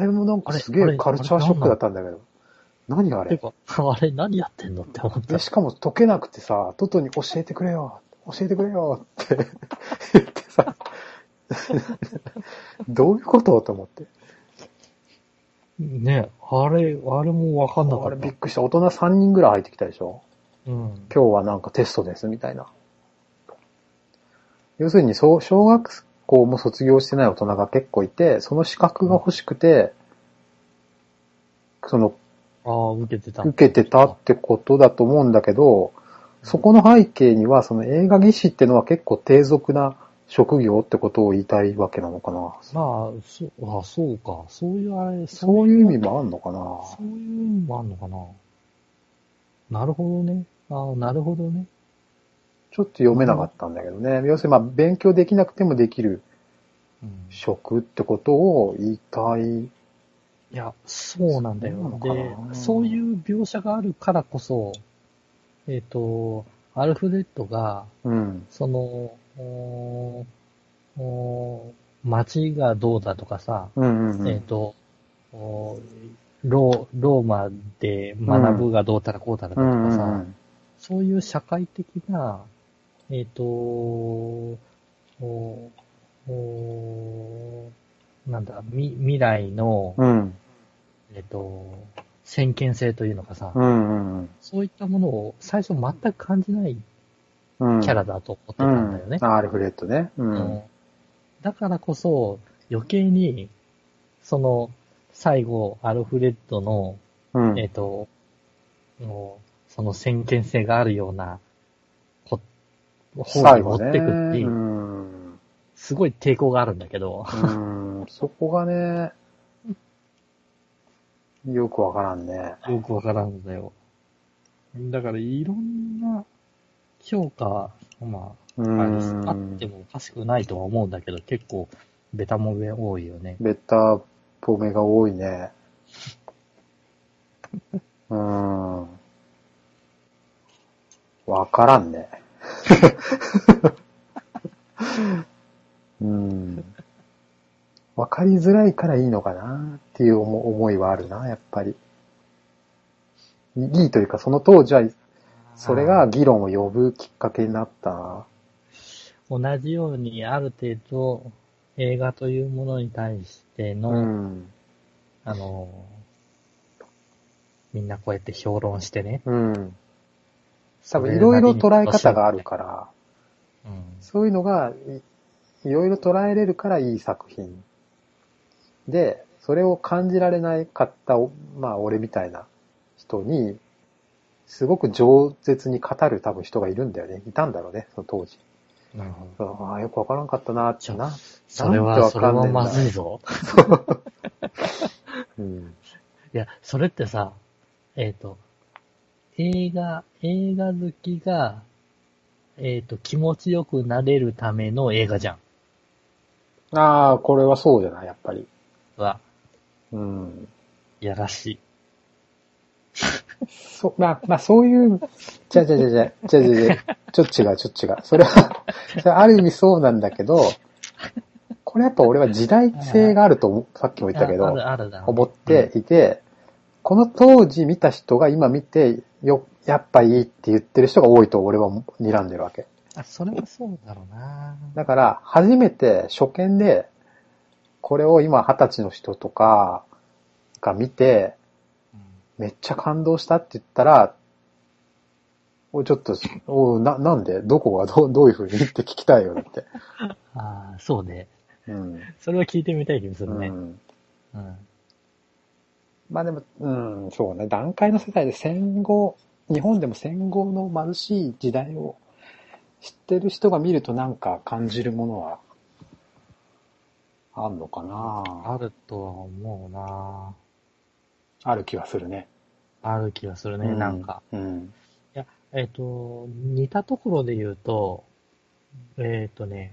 [SPEAKER 1] れもなんかすげ
[SPEAKER 2] あ
[SPEAKER 1] え
[SPEAKER 2] れ
[SPEAKER 1] カルチャーショックだったんだけど。何あ
[SPEAKER 2] て
[SPEAKER 1] れ
[SPEAKER 2] か、 あれ何やってんのって思った
[SPEAKER 1] で、。しかも解けなくてさ、トトに教えてくれよ、教えてくれよって言ってさ、 どういうことと思って。
[SPEAKER 2] ねあれ、あれもわかんなか
[SPEAKER 1] あれ
[SPEAKER 2] っ。
[SPEAKER 1] びったくりした。大人3人ぐらい入ってきたでしょ
[SPEAKER 2] うん。
[SPEAKER 1] 今日はなんかテストですみたいな。要するに、そう小学校も卒業してない大人が結構いて、その資格が欲しくて、その、
[SPEAKER 2] ああ、受けてた。
[SPEAKER 1] 受けてたってことだと思うんだけど、そこの背景には、その映画技師ってのは結構低俗な職業ってことを言いたいわけなのかな。
[SPEAKER 2] まあ、そう、あそうか。そういうあれ、そ
[SPEAKER 1] そういう意味もあんのか
[SPEAKER 2] そ
[SPEAKER 1] な。
[SPEAKER 2] ういう意味もあんのかな。なるほどね。ああ、なるほどね。
[SPEAKER 1] ちょっと読めなかったんだけどね。要するに、まあ、勉強できなくてもできる
[SPEAKER 2] うん、
[SPEAKER 1] 職ってことを言いたい。
[SPEAKER 2] いや、そうなんだよ。
[SPEAKER 1] そうなのかな
[SPEAKER 2] で、そういう描写があるからこそ、えっ、と、アルフレッドが、
[SPEAKER 1] うん。
[SPEAKER 2] その、おーおー街がどうだとかさ、
[SPEAKER 1] うんうんうん。
[SPEAKER 2] えっ、と、おーロー、ローマで学ぶがどうたらこうたらだ
[SPEAKER 1] う
[SPEAKER 2] と
[SPEAKER 1] んう
[SPEAKER 2] かさ、
[SPEAKER 1] んうん
[SPEAKER 2] そういう社会的な、えっ、と、おおなんだ、み、未来の、
[SPEAKER 1] うん。
[SPEAKER 2] えっ、と、先見性というのかさ、
[SPEAKER 1] うんうん
[SPEAKER 2] そういったものを最初全く感じない
[SPEAKER 1] うん。
[SPEAKER 2] キャラ
[SPEAKER 1] だ
[SPEAKER 2] だと思ってたんだよね。
[SPEAKER 1] あ、アルフレッドね。う
[SPEAKER 2] うん
[SPEAKER 1] ん。
[SPEAKER 2] だからこそ、余計に、その、最後、アルフレッドの、
[SPEAKER 1] うん。
[SPEAKER 2] えっ、と、もうその先見性があるような、こ、方
[SPEAKER 1] 最
[SPEAKER 2] に持
[SPEAKER 1] 後
[SPEAKER 2] って
[SPEAKER 1] ね。
[SPEAKER 2] くっていうう、
[SPEAKER 1] ん。
[SPEAKER 2] すごい抵抗があるんだけど、
[SPEAKER 1] うん。そこが ね、よくわからんね。
[SPEAKER 2] よくわからんんだよ。だから、いろんな評価、ま
[SPEAKER 1] う
[SPEAKER 2] あ、あれあっ
[SPEAKER 1] ん
[SPEAKER 2] て。もおかしくないとは思うんだけど、結構、ベタもめ多いよね。
[SPEAKER 1] ベタ褒めが多い ね。うん。わからんね。 うん。わかりづらいからいいのかなっていう思思いはあるな、やっぱり。いいいというか、その当時は、それが議論を呼ぶきっかけになったな。
[SPEAKER 2] 同じようにある程度映画というものに対しての、
[SPEAKER 1] うん。
[SPEAKER 2] あの、みんなこうやって評論してね。
[SPEAKER 1] うん。多分いろいろ捉え方があるから。
[SPEAKER 2] うん。
[SPEAKER 1] そういうのがいいろいろ捉えれるからいい作品。で、それを感じられないかったお、まあ俺みたいな人に、すごく饒舌に語る多分人がいるんだよね。いたんだろうね、その当時。
[SPEAKER 2] なるほど。
[SPEAKER 1] ああ、よくわからんかったなってな。
[SPEAKER 2] それ
[SPEAKER 1] なん
[SPEAKER 2] は、
[SPEAKER 1] て
[SPEAKER 2] そ
[SPEAKER 1] わ
[SPEAKER 2] れ
[SPEAKER 1] かんね
[SPEAKER 2] は
[SPEAKER 1] えんだ
[SPEAKER 2] まずいぞ。
[SPEAKER 1] うん。
[SPEAKER 2] いや、それってさ、えっ、と、映画、映画好きが、えっ、と、気持ちよくなれるための映画じゃん。
[SPEAKER 1] ああ、これはそうじゃない、やっぱり。
[SPEAKER 2] は、
[SPEAKER 1] うん。
[SPEAKER 2] やらしい。
[SPEAKER 1] そ、まあ、まあ、そういう、じゃあじゃあじゃあじゃあじゃあじゃあじゃあちょっと違う、ちょっと違う。それは、それはある意味そうなんだけど、これやっぱ俺は時代性があると思う、さっきも言ったけ
[SPEAKER 2] あ
[SPEAKER 1] ど、
[SPEAKER 2] るあるだろう
[SPEAKER 1] 思っていて、この当時見た人が今見て、よ、やっぱいいって言ってる人が多いと俺は睨んでるわけ。
[SPEAKER 2] あ、それはそうだろうな。
[SPEAKER 1] だから、初めて初見で、これを今二十歳の人とかが見て、めっちゃ感動したって言ったら、おいちょっと、おいな、なんでどこがどうどういう風にって聞きたいよ、だって。
[SPEAKER 2] ああ、そうね。
[SPEAKER 1] うん。
[SPEAKER 2] それは聞いてみたい気がす
[SPEAKER 1] う
[SPEAKER 2] るね。
[SPEAKER 1] ん、
[SPEAKER 2] うん。
[SPEAKER 1] まあでも、うん、そうね。段階の世代で戦後、日本でも戦後の貧しい時代を知ってる人が見るとなんか感じるものは、あんのかな
[SPEAKER 2] あるとは思うな。
[SPEAKER 1] ある気はするね。
[SPEAKER 2] ある気がするね、
[SPEAKER 1] う
[SPEAKER 2] なんか。。
[SPEAKER 1] うん。
[SPEAKER 2] えっ、と、似たところで言うと、えっ、とね、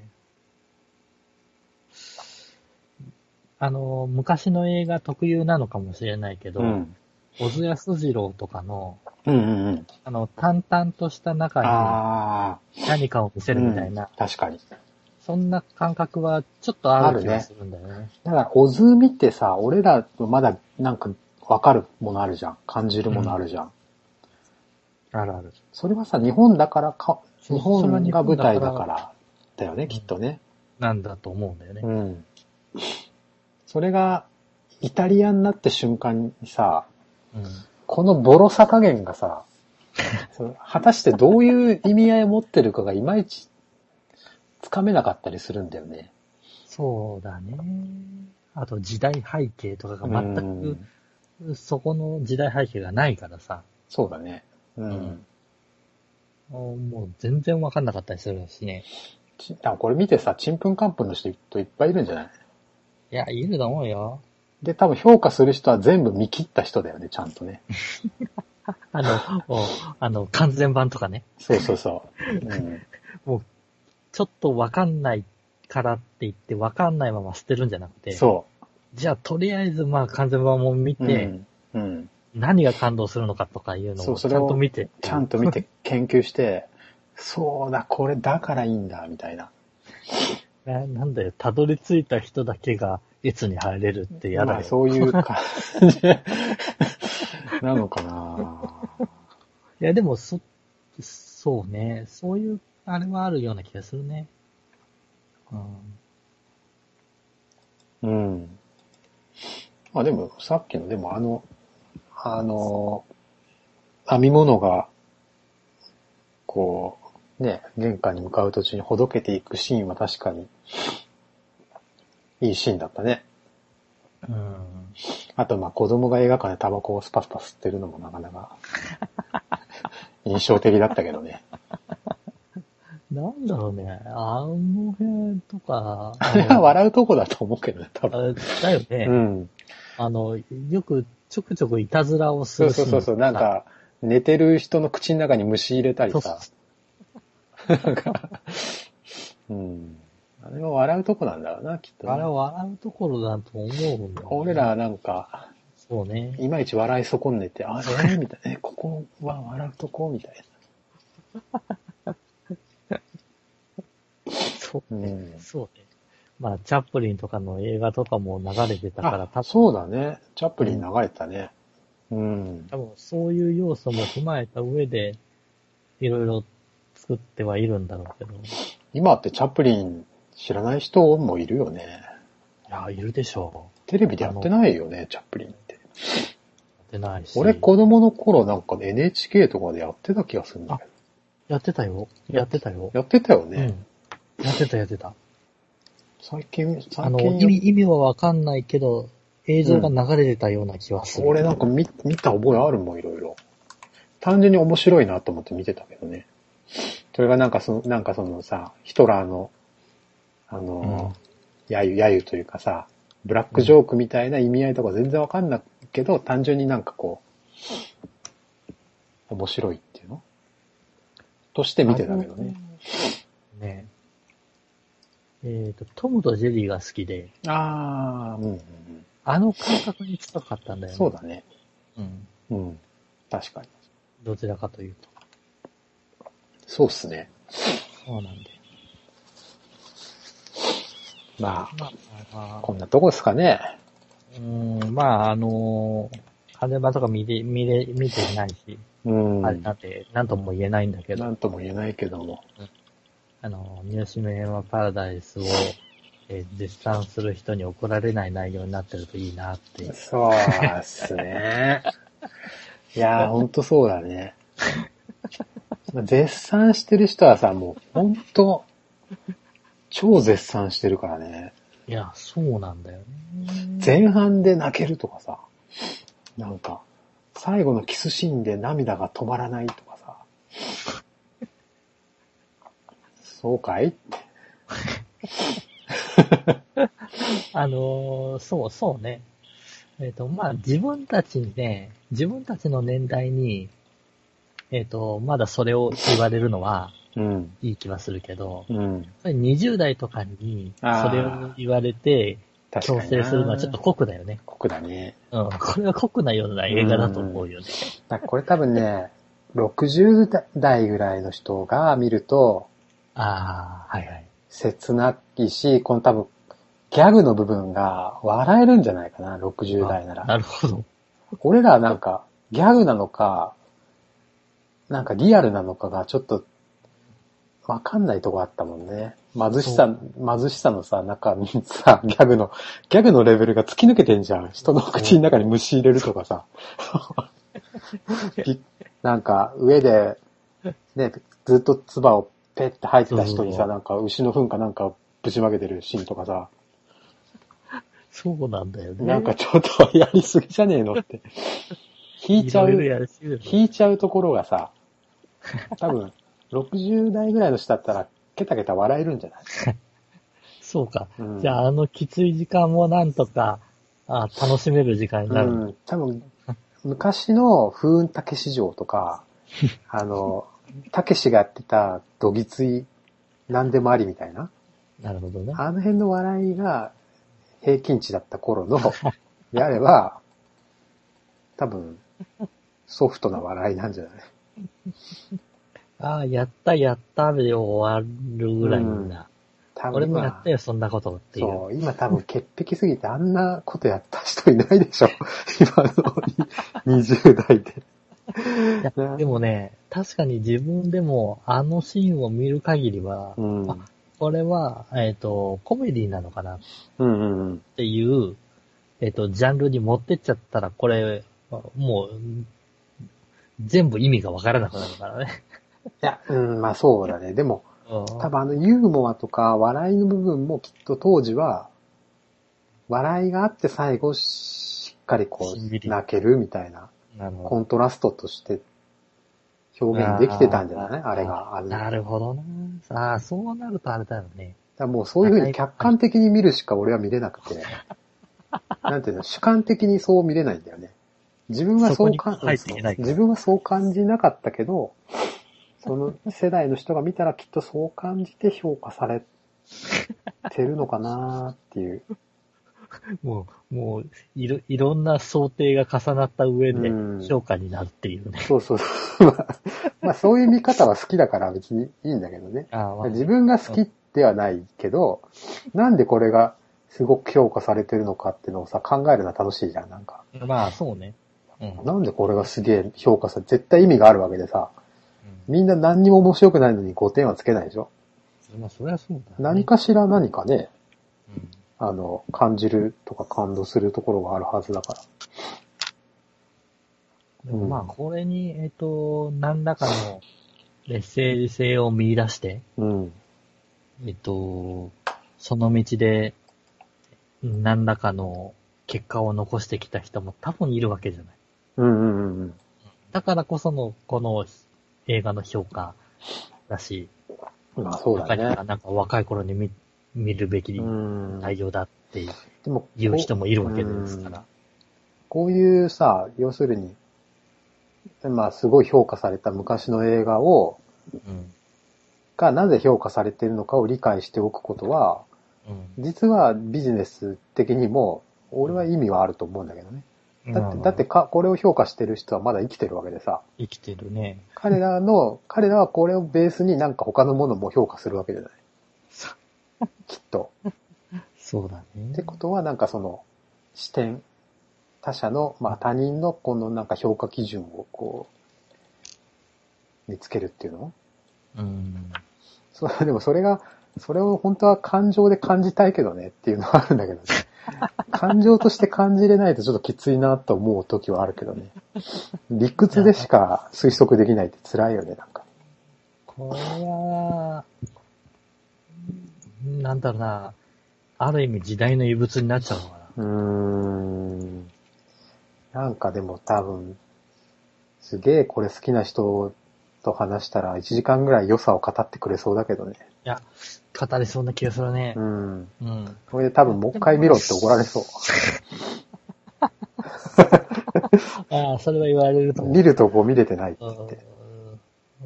[SPEAKER 2] あの、昔の映画特有なのかもしれないけど、
[SPEAKER 1] うん。
[SPEAKER 2] 小津安二郎とかの、
[SPEAKER 1] うんうんうん。
[SPEAKER 2] あの、淡々とした中
[SPEAKER 1] ああ、
[SPEAKER 2] に何かを見せるみたいな、
[SPEAKER 1] 確かに。
[SPEAKER 2] そんな感覚はちょっとある気がするんだよね。
[SPEAKER 1] だから、オズ見てさ、俺らとまだなんかわかるものあるじゃん。感じるものあるじゃん。
[SPEAKER 2] あるある。
[SPEAKER 1] それはさ、日本だからか、
[SPEAKER 2] そう
[SPEAKER 1] 日本が舞台だ
[SPEAKER 2] それは日本だ
[SPEAKER 1] か、
[SPEAKER 2] から
[SPEAKER 1] だよね、きっとね。
[SPEAKER 2] なんだと思うんだよね。
[SPEAKER 1] うん。それが、イタリアになって瞬間にさ、
[SPEAKER 2] うん。
[SPEAKER 1] このボロさ加減が さ、その果たしてどういう意味合いを持ってるかがいまいちつかめなかったりするんだよね。
[SPEAKER 2] そうだね。あと時代背景とかが
[SPEAKER 1] う
[SPEAKER 2] 全
[SPEAKER 1] ん
[SPEAKER 2] く、そこの時代背景がないからさ、
[SPEAKER 1] そうだね。う
[SPEAKER 2] うんんもう全然わかんなかったりするしね。
[SPEAKER 1] ちだからこれ見てさ、ちんぷんかんぷんの人といっぱいいるんじゃない
[SPEAKER 2] いや、いると思うよ。
[SPEAKER 1] で、多分評価する人は全部見切った人だよね、ちゃんとね。
[SPEAKER 2] あの、 おあの、完全版とかね。
[SPEAKER 1] そうそう そう。うん、
[SPEAKER 2] ちょっとわかんないからって言って、わかんないまま捨てるんじゃなくて、
[SPEAKER 1] そ
[SPEAKER 2] じゃあとりあえずまあ完全版も見
[SPEAKER 1] う。
[SPEAKER 2] て、
[SPEAKER 1] うんうん。
[SPEAKER 2] 何が感動するのかとかいうの
[SPEAKER 1] そう
[SPEAKER 2] を
[SPEAKER 1] そ
[SPEAKER 2] ち
[SPEAKER 1] れ
[SPEAKER 2] ゃ
[SPEAKER 1] を
[SPEAKER 2] んと見て。
[SPEAKER 1] ちゃんと見て研究して、そうだ、これだからいいんだ、みたいな。
[SPEAKER 2] ななんだよ、たどり着いた人だけが、列に入れるってや
[SPEAKER 1] ま
[SPEAKER 2] だ
[SPEAKER 1] あ
[SPEAKER 2] よ。
[SPEAKER 1] そういう 感じなのかない
[SPEAKER 2] や、でも、そ、そうね。そういう、あれはあるような気がするね。うん。
[SPEAKER 1] うん。まあでも、さっきの、でもあの、あの、編み物が、こう、ね、玄関に向かう途中にほどけていくシーンは確かに、いいシーンだったね。
[SPEAKER 2] うん。
[SPEAKER 1] あと、まあ子供が映画館でタバコをスパスパ吸ってるのもなかな か、印象的だったけどね。
[SPEAKER 2] なんだろうね。あの辺とか。
[SPEAKER 1] あれは 笑うとこだと思うけどね、多分。
[SPEAKER 2] あだよね、
[SPEAKER 1] うん。
[SPEAKER 2] あの、よくちょくちょくいたずらをす
[SPEAKER 1] そう
[SPEAKER 2] る
[SPEAKER 1] そうそうそう、なん、か、寝てる人の口の中に虫入れたり
[SPEAKER 2] そう
[SPEAKER 1] さ。なんか、うん。あれは笑うとこなんだろうな、きっとね、
[SPEAKER 2] あれは笑うところだと思うんだよね
[SPEAKER 1] 俺らはなんか、
[SPEAKER 2] そうね。
[SPEAKER 1] いまいち笑い損ねて、あれみたいな。え、ここは笑うとこみたい
[SPEAKER 2] そ
[SPEAKER 1] な。うん
[SPEAKER 2] う。そうね。まあ、チャップリンとかの映画とかも流れてたから、多
[SPEAKER 1] あ、
[SPEAKER 2] 分
[SPEAKER 1] そうだね。チャップリン流れてたね。うん。
[SPEAKER 2] 多分そういう要素も踏まえた上で、いろいろ作ってはいるんだろうけど。い
[SPEAKER 1] 今ってチャップリン知らない人もいるよね。
[SPEAKER 2] や、いるでしょう。
[SPEAKER 1] テレビでやってないよね、チャップリンって。
[SPEAKER 2] やってないし。
[SPEAKER 1] 俺子供の頃なんかね NHK とかでやってた気がするんだけど。
[SPEAKER 2] やってたよ。やってたよ。
[SPEAKER 1] やってたよ
[SPEAKER 2] う
[SPEAKER 1] ね。
[SPEAKER 2] ん。やってた、やってた。
[SPEAKER 1] 最近、最近。
[SPEAKER 2] あの、意味、意味はわかんないけど、映像が流れてたような気はする。
[SPEAKER 1] 俺なんか見、見た覚えあるもん、いろいろ。単純に面白いなと思って見てたけどね。それがなんかその、なんかそのさ、ヒトラーの、あの、やゆ、やゆというかさ、ブラックジョークみたいな意味合いとか全然わかんないけど、単純になんかこう、面白いっていうのとして見てたけどね。
[SPEAKER 2] あの。ねえ。えっ、と、トムとジェリーが好きで、
[SPEAKER 1] ああー、うんうんうん、
[SPEAKER 2] あの感覚に近かったんだよね。
[SPEAKER 1] そうだね。
[SPEAKER 2] うん。
[SPEAKER 1] うん。確かに。
[SPEAKER 2] どちらかというと。
[SPEAKER 1] そうっすね。
[SPEAKER 2] そうなんで。
[SPEAKER 1] ま
[SPEAKER 2] まあ
[SPEAKER 1] あ、、こんなとこですかね。
[SPEAKER 2] うん、まあ、あのー、風間とか見れ、見れ、見てないし、
[SPEAKER 1] うん。
[SPEAKER 2] あれなんて、なんとも言えないんだけど
[SPEAKER 1] な、んとも言えないけども。
[SPEAKER 2] あの、ニューシメンはパラダイスを、えー絶賛する人に怒られない内容になってるといいなっていう。
[SPEAKER 1] そうっすね。 いやー、ほんとそうだね。絶賛してる人はさ、もうほんと、超絶賛してるからね。
[SPEAKER 2] いや、そうなんだよね。
[SPEAKER 1] 前半で泣けるとかさ、なんか、最後のキスシーンで涙が止まらないとかさ。そうかい
[SPEAKER 2] あのーそうそうね。えっ、と、まあ、自分たちにね、自分たちの年代に、えっ、と、まだそれを言われるのは
[SPEAKER 1] うん。
[SPEAKER 2] いい気はするけど、
[SPEAKER 1] うん。
[SPEAKER 2] やっぱり20代とかに
[SPEAKER 1] あー
[SPEAKER 2] それを言われて
[SPEAKER 1] 確かに
[SPEAKER 2] 強
[SPEAKER 1] な。
[SPEAKER 2] 制するのはちょっと酷だよね。
[SPEAKER 1] 酷だね。
[SPEAKER 2] うん、これは酷なような映画だと思うよね。
[SPEAKER 1] だからこれ多分ね、60代ぐらいの人が見ると、
[SPEAKER 2] ああ、はいはい。
[SPEAKER 1] 切ないし、この多分、ギャグの部分が笑えるんじゃないかな、60代な
[SPEAKER 2] あ
[SPEAKER 1] ら。
[SPEAKER 2] なるほど。
[SPEAKER 1] 俺らなんか、ギャグなのか、なんかリアルなのかがちょっと、わかんないとこあったもんね。貧しさ、貧しさのさ、中にさ、ギャグの、ギャグのレベルが突き抜けてんじゃん。人の口の中に虫入れるとかさ。びなんか、上で、ね、ずっと唾をペッて吐いてた人に
[SPEAKER 2] そうそうそ
[SPEAKER 1] さ、
[SPEAKER 2] う
[SPEAKER 1] なんか牛の糞かなんかぶちまけてるシーンとかさ、
[SPEAKER 2] そうなんだよね。
[SPEAKER 1] なんかちょっとやりすぎじゃねえのって。 引いちゃう
[SPEAKER 2] ろ。ろやるし
[SPEAKER 1] 引いちゃうところがさ、多分、60代ぐらいの人だったら、ケタケタ笑えるんじゃない、
[SPEAKER 2] そうか。
[SPEAKER 1] うん、
[SPEAKER 2] じゃあ、あのきつい時間もなんとか、あ楽しめる時間になる。
[SPEAKER 1] うん、多分、昔の風雲たけし城と か、あの、たけしがやってたどぎつい、なんでもありみたいな、
[SPEAKER 2] なるほどね。
[SPEAKER 1] あの辺の笑いが平均値だった頃 の、であれば、多分、ソフトな笑いなんじゃない
[SPEAKER 2] ああ、やったやったで終わるぐらいな。
[SPEAKER 1] 多分
[SPEAKER 2] 俺も
[SPEAKER 1] 今
[SPEAKER 2] やったよ、そんなことっていう。
[SPEAKER 1] そう、今多分潔癖すぎてあんなことやった人いないでしょ。 今の20代で。
[SPEAKER 2] いやでもね、確かに自分でもあのシーンを見る限りは、
[SPEAKER 1] うん。う
[SPEAKER 2] あこれは、えっ、と、コメディなのかなっ
[SPEAKER 1] んうんうん。
[SPEAKER 2] ていう、えっ、と、ジャンルに持ってっちゃったら、これ、もう、全部意味がわからなくなるからね。
[SPEAKER 1] いや、うん、まあそうだね。でも、
[SPEAKER 2] うん
[SPEAKER 1] 多分あのユーモアとか笑いの部分もきっと当時は、笑いがあって最後しっかりこ
[SPEAKER 2] しんみ
[SPEAKER 1] う
[SPEAKER 2] り
[SPEAKER 1] 泣けるみたいな
[SPEAKER 2] なるほど
[SPEAKER 1] コントラストとして表現できてたんじゃないあれが。あれ
[SPEAKER 2] な
[SPEAKER 1] だか
[SPEAKER 2] るほどな。ああ、そうなるとあれだよね。
[SPEAKER 1] らもうそういうふうに客観的に見るしか俺は見れなくて、 なんていうの、主観的にそう見れないんだよね。自分はそう感
[SPEAKER 2] そこに入っていけないから
[SPEAKER 1] 自分はそう感じなかったけど、その世代の人が見たらきっとそう感じて評価されてるのかなっていう。
[SPEAKER 2] もう、もう、いろ、いろんな想定が重なった上で
[SPEAKER 1] うん
[SPEAKER 2] 評価になるっていうね。
[SPEAKER 1] そうそうそう。 まあ、まあそういう見方は好きだから別にいいんだけどね。
[SPEAKER 2] ああ、まあ、
[SPEAKER 1] 自分が好きではないけど、なんでこれがすごく評価されてるのかっていうのをさ、考えるのは楽しいじゃん、なんか。
[SPEAKER 2] まあ、そうね。うん。
[SPEAKER 1] なんでこれがすげえ評価され、絶対意味があるわけでさ、みんな何にも面白くないのに5点はつけないでしょ
[SPEAKER 2] うんまあ、それはそうだ、ね。
[SPEAKER 1] 何かしら何かね、
[SPEAKER 2] うん
[SPEAKER 1] あの、感じるとか感動するところがあるはずだから。
[SPEAKER 2] でもまあ、これに、えっ、と、何らかのメッセージ性を見出して、
[SPEAKER 1] うん。
[SPEAKER 2] えっ、と、その道で、何らかの結果を残してきた人も多分いるわけじゃない。
[SPEAKER 1] うんうんうん
[SPEAKER 2] だからこその、この映画の評価だし、
[SPEAKER 1] うん。まあそうだね
[SPEAKER 2] 中に。はなんか若い頃に見見るべき
[SPEAKER 1] うん。
[SPEAKER 2] 内容だって
[SPEAKER 1] でも、
[SPEAKER 2] いう人もいるわけですから。
[SPEAKER 1] こういうさ、要するに、まあすごい評価された昔の映画を、
[SPEAKER 2] うん。
[SPEAKER 1] がなぜ評価されているのかを理解しておくことは、
[SPEAKER 2] うん。
[SPEAKER 1] 実はビジネス的にも、俺は意味はあると思うんだけどね。だって、だってか、これを評価してる人はまだ生きてるわけでさ、
[SPEAKER 2] 生きてるね。
[SPEAKER 1] 彼ら の、彼らはこれをベースになんか他のものも評価するわけじゃない。
[SPEAKER 2] そ
[SPEAKER 1] きっと。
[SPEAKER 2] そうだね。
[SPEAKER 1] ってことは、なんかその、視点、他者の、まあ他人のこのなんか評価基準をこう、見つけるっていうの
[SPEAKER 2] うん。
[SPEAKER 1] そう、でもそれが、それを本当は感情で感じたいけどねっていうのはあるんだけどね。感情として感じれないとちょっときついなと思う時はあるけどね。理屈でしか推測できないって辛いよね、なんか。
[SPEAKER 2] これは、うんなんだろうな、ある意味時代の遺物になっちゃうのかな。
[SPEAKER 1] うーん。なんかでも多分、すげえこれ好きな人と話したら1時間ぐらい良さを語ってくれそうだけどね。
[SPEAKER 2] 語りそうな気がするね
[SPEAKER 1] う。ん。
[SPEAKER 2] うん。
[SPEAKER 1] これで多分もう一回見ろって怒られそう。
[SPEAKER 2] ああ、それは言われると思う。
[SPEAKER 1] 見るとこ見れてないって言って。
[SPEAKER 2] う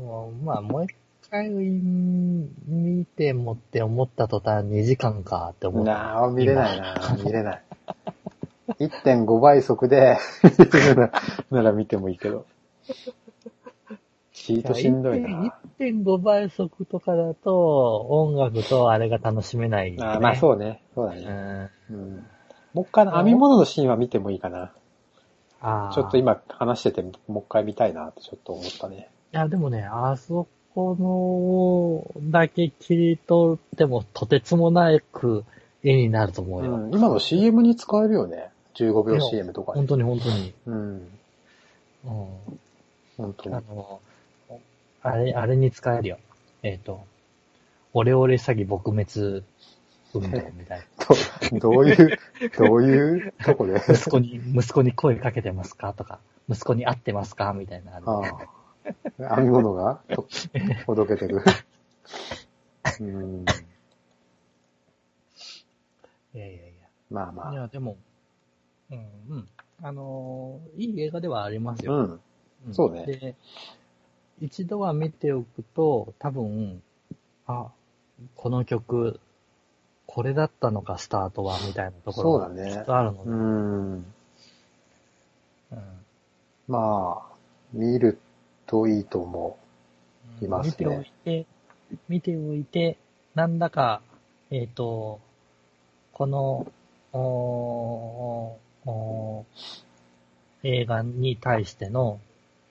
[SPEAKER 2] んもうまあ、もう一回見てもって思った途端2時間かって思った。
[SPEAKER 1] なあ、見れないな、 見れない。1.5倍速で 見れるななら見てもいいけど。チートしんどいな。
[SPEAKER 2] 1.5倍速とかだと、音楽とあれが楽しめない、ね。
[SPEAKER 1] あーまあ
[SPEAKER 2] う。
[SPEAKER 1] そうね。そうだ
[SPEAKER 2] う
[SPEAKER 1] ね。
[SPEAKER 2] ん。
[SPEAKER 1] うん、もう一回、編み物のシーンは見てもいいかな。
[SPEAKER 2] ああ。
[SPEAKER 1] ちょっと。今話してて、もう一回見たいなってちょっと思ったね。
[SPEAKER 2] いや、でもね、あそこのだけ切り取ってもとてつもなく絵になると思うよ。
[SPEAKER 1] うん、今の CM に使えるよね。15秒
[SPEAKER 2] いや
[SPEAKER 1] CM とか
[SPEAKER 2] 本
[SPEAKER 1] に。
[SPEAKER 2] 当に本当に。
[SPEAKER 1] うん。
[SPEAKER 2] うん。
[SPEAKER 1] 本当
[SPEAKER 2] あ
[SPEAKER 1] に。
[SPEAKER 2] の、あれ、あれに使えるよ。えっ、と、オレオレ詐欺撲滅運動み たい
[SPEAKER 1] どどういう、どういうとこで
[SPEAKER 2] な。息子に、息子に声かけてますかとか、息子に会ってますかみたいなの
[SPEAKER 1] あ
[SPEAKER 2] あ
[SPEAKER 1] あ。編み物がとほどけて る。うん。
[SPEAKER 2] る。いやいやい
[SPEAKER 1] まあ
[SPEAKER 2] や。い
[SPEAKER 1] まあ。
[SPEAKER 2] や、でも、うん、うん。あのーいい映画ではあります
[SPEAKER 1] う
[SPEAKER 2] よ。
[SPEAKER 1] ん。
[SPEAKER 2] ん
[SPEAKER 1] そうね
[SPEAKER 2] で、一度は見ておくと、多分、あ、この曲、これだったのか、スタートは、みたいなとこ
[SPEAKER 1] そうだ
[SPEAKER 2] ろ
[SPEAKER 1] ね
[SPEAKER 2] がきっとあるので。
[SPEAKER 1] うん。
[SPEAKER 2] うん
[SPEAKER 1] まあ、見るといいと思いますね
[SPEAKER 2] 見ておいて、見ておいて、なんだか、えっ、と、この、おーおー映画に対しての、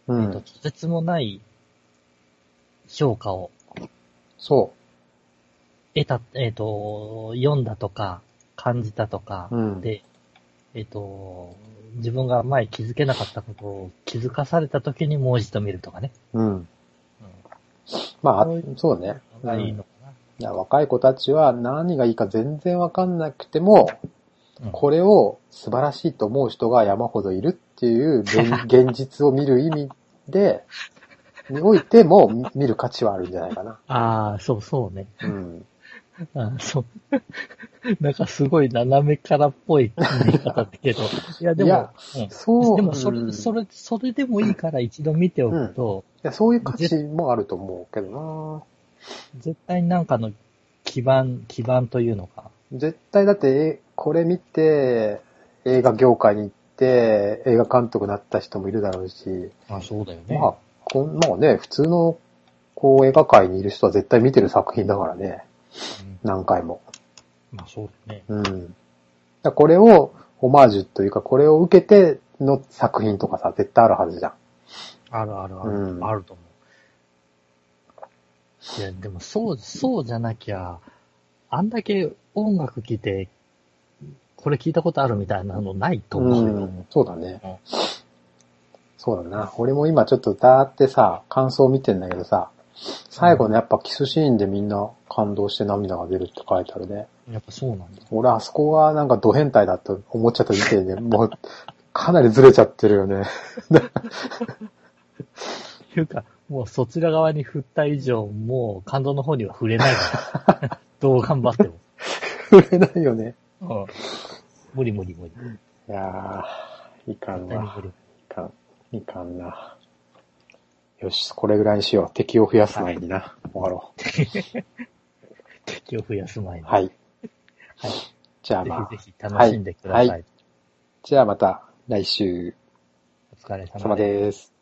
[SPEAKER 1] う。う
[SPEAKER 2] えっと
[SPEAKER 1] ん。
[SPEAKER 2] とてつもない評価を
[SPEAKER 1] そ
[SPEAKER 2] 得た、えっ、と、読んだとか、感じたとか
[SPEAKER 1] う。、うん。
[SPEAKER 2] で、えっ、と、自分が前気づけなかったことを気づかされた時にもう一度見るとかね。
[SPEAKER 1] うん。
[SPEAKER 2] うん
[SPEAKER 1] まああ
[SPEAKER 2] そうい、う
[SPEAKER 1] そうね。う
[SPEAKER 2] がいい
[SPEAKER 1] ん
[SPEAKER 2] のかな。
[SPEAKER 1] いや若い子たちは何がいいか全然わかんなくても、
[SPEAKER 2] うん
[SPEAKER 1] これを素晴らしいと思う人が山ほどいるっていう 現現実を見る意味で、においても見る価値はあるんじゃないかな。
[SPEAKER 2] ああ、そうそうね。
[SPEAKER 1] うん。
[SPEAKER 2] あそう。 なんかすごい斜めからっぽい言い方だけど。いや、で
[SPEAKER 1] い
[SPEAKER 2] も
[SPEAKER 1] や、そ
[SPEAKER 2] うん
[SPEAKER 1] う。
[SPEAKER 2] でもそ
[SPEAKER 1] うん
[SPEAKER 2] れ、それ、それでもいいから一度見ておくと、
[SPEAKER 1] いやそういう価値もあると思うけど
[SPEAKER 2] 絶対なんかの基盤、基盤というのか。
[SPEAKER 1] な絶対だって、えこれ見て、映画業界に行って、映画監督になった人もいるだろうし、
[SPEAKER 2] あそうだよ
[SPEAKER 1] まあ、こんまあね、普通の、こう、映画界にいる人は絶対見てる作品だからね。何回も。
[SPEAKER 2] まあそうだね。
[SPEAKER 1] うん。だからこれを、オマージュというか、これを受けての作品とかさ、絶対あるはずじゃん。
[SPEAKER 2] あるあるある。
[SPEAKER 1] うん
[SPEAKER 2] あると思う。いや、でもそう、そうじゃなきゃ、あんだけ音楽聴いて、これ聞いたことあるみたいなのないと思うよ。
[SPEAKER 1] ん、そうだね。
[SPEAKER 2] うん
[SPEAKER 1] そうだな。俺も今ちょっと歌ってさ、感想を見てんだけどさ、最後のやっぱキスシーンでみんな感動して涙が出るって書いてあるね。
[SPEAKER 2] やっぱそうなんだ。
[SPEAKER 1] 俺あそこがなんかド変態だと思っちゃった時点で、 もうかなりずれちゃってるよね。
[SPEAKER 2] っていうか、もうそちら側に振った以上、もう感動の方には触れない から。どう頑張っても。
[SPEAKER 1] 触れないよね。
[SPEAKER 2] うん無理無理無理。
[SPEAKER 1] いやー、いかん
[SPEAKER 2] 絶対に
[SPEAKER 1] な
[SPEAKER 2] 無。理。
[SPEAKER 1] いかん、いかんな。よし、これぐらいにしよう。敵を増やす前にな。終わろ
[SPEAKER 2] 敵を増やす前
[SPEAKER 1] う。
[SPEAKER 2] に。
[SPEAKER 1] はい。
[SPEAKER 2] はい
[SPEAKER 1] じゃあ
[SPEAKER 2] ぜ
[SPEAKER 1] まあ
[SPEAKER 2] ひ、ぜひ楽しんでください。
[SPEAKER 1] はいじゃあまた
[SPEAKER 2] 来週、
[SPEAKER 1] お疲れ
[SPEAKER 2] 様
[SPEAKER 1] 様です。
[SPEAKER 2] です。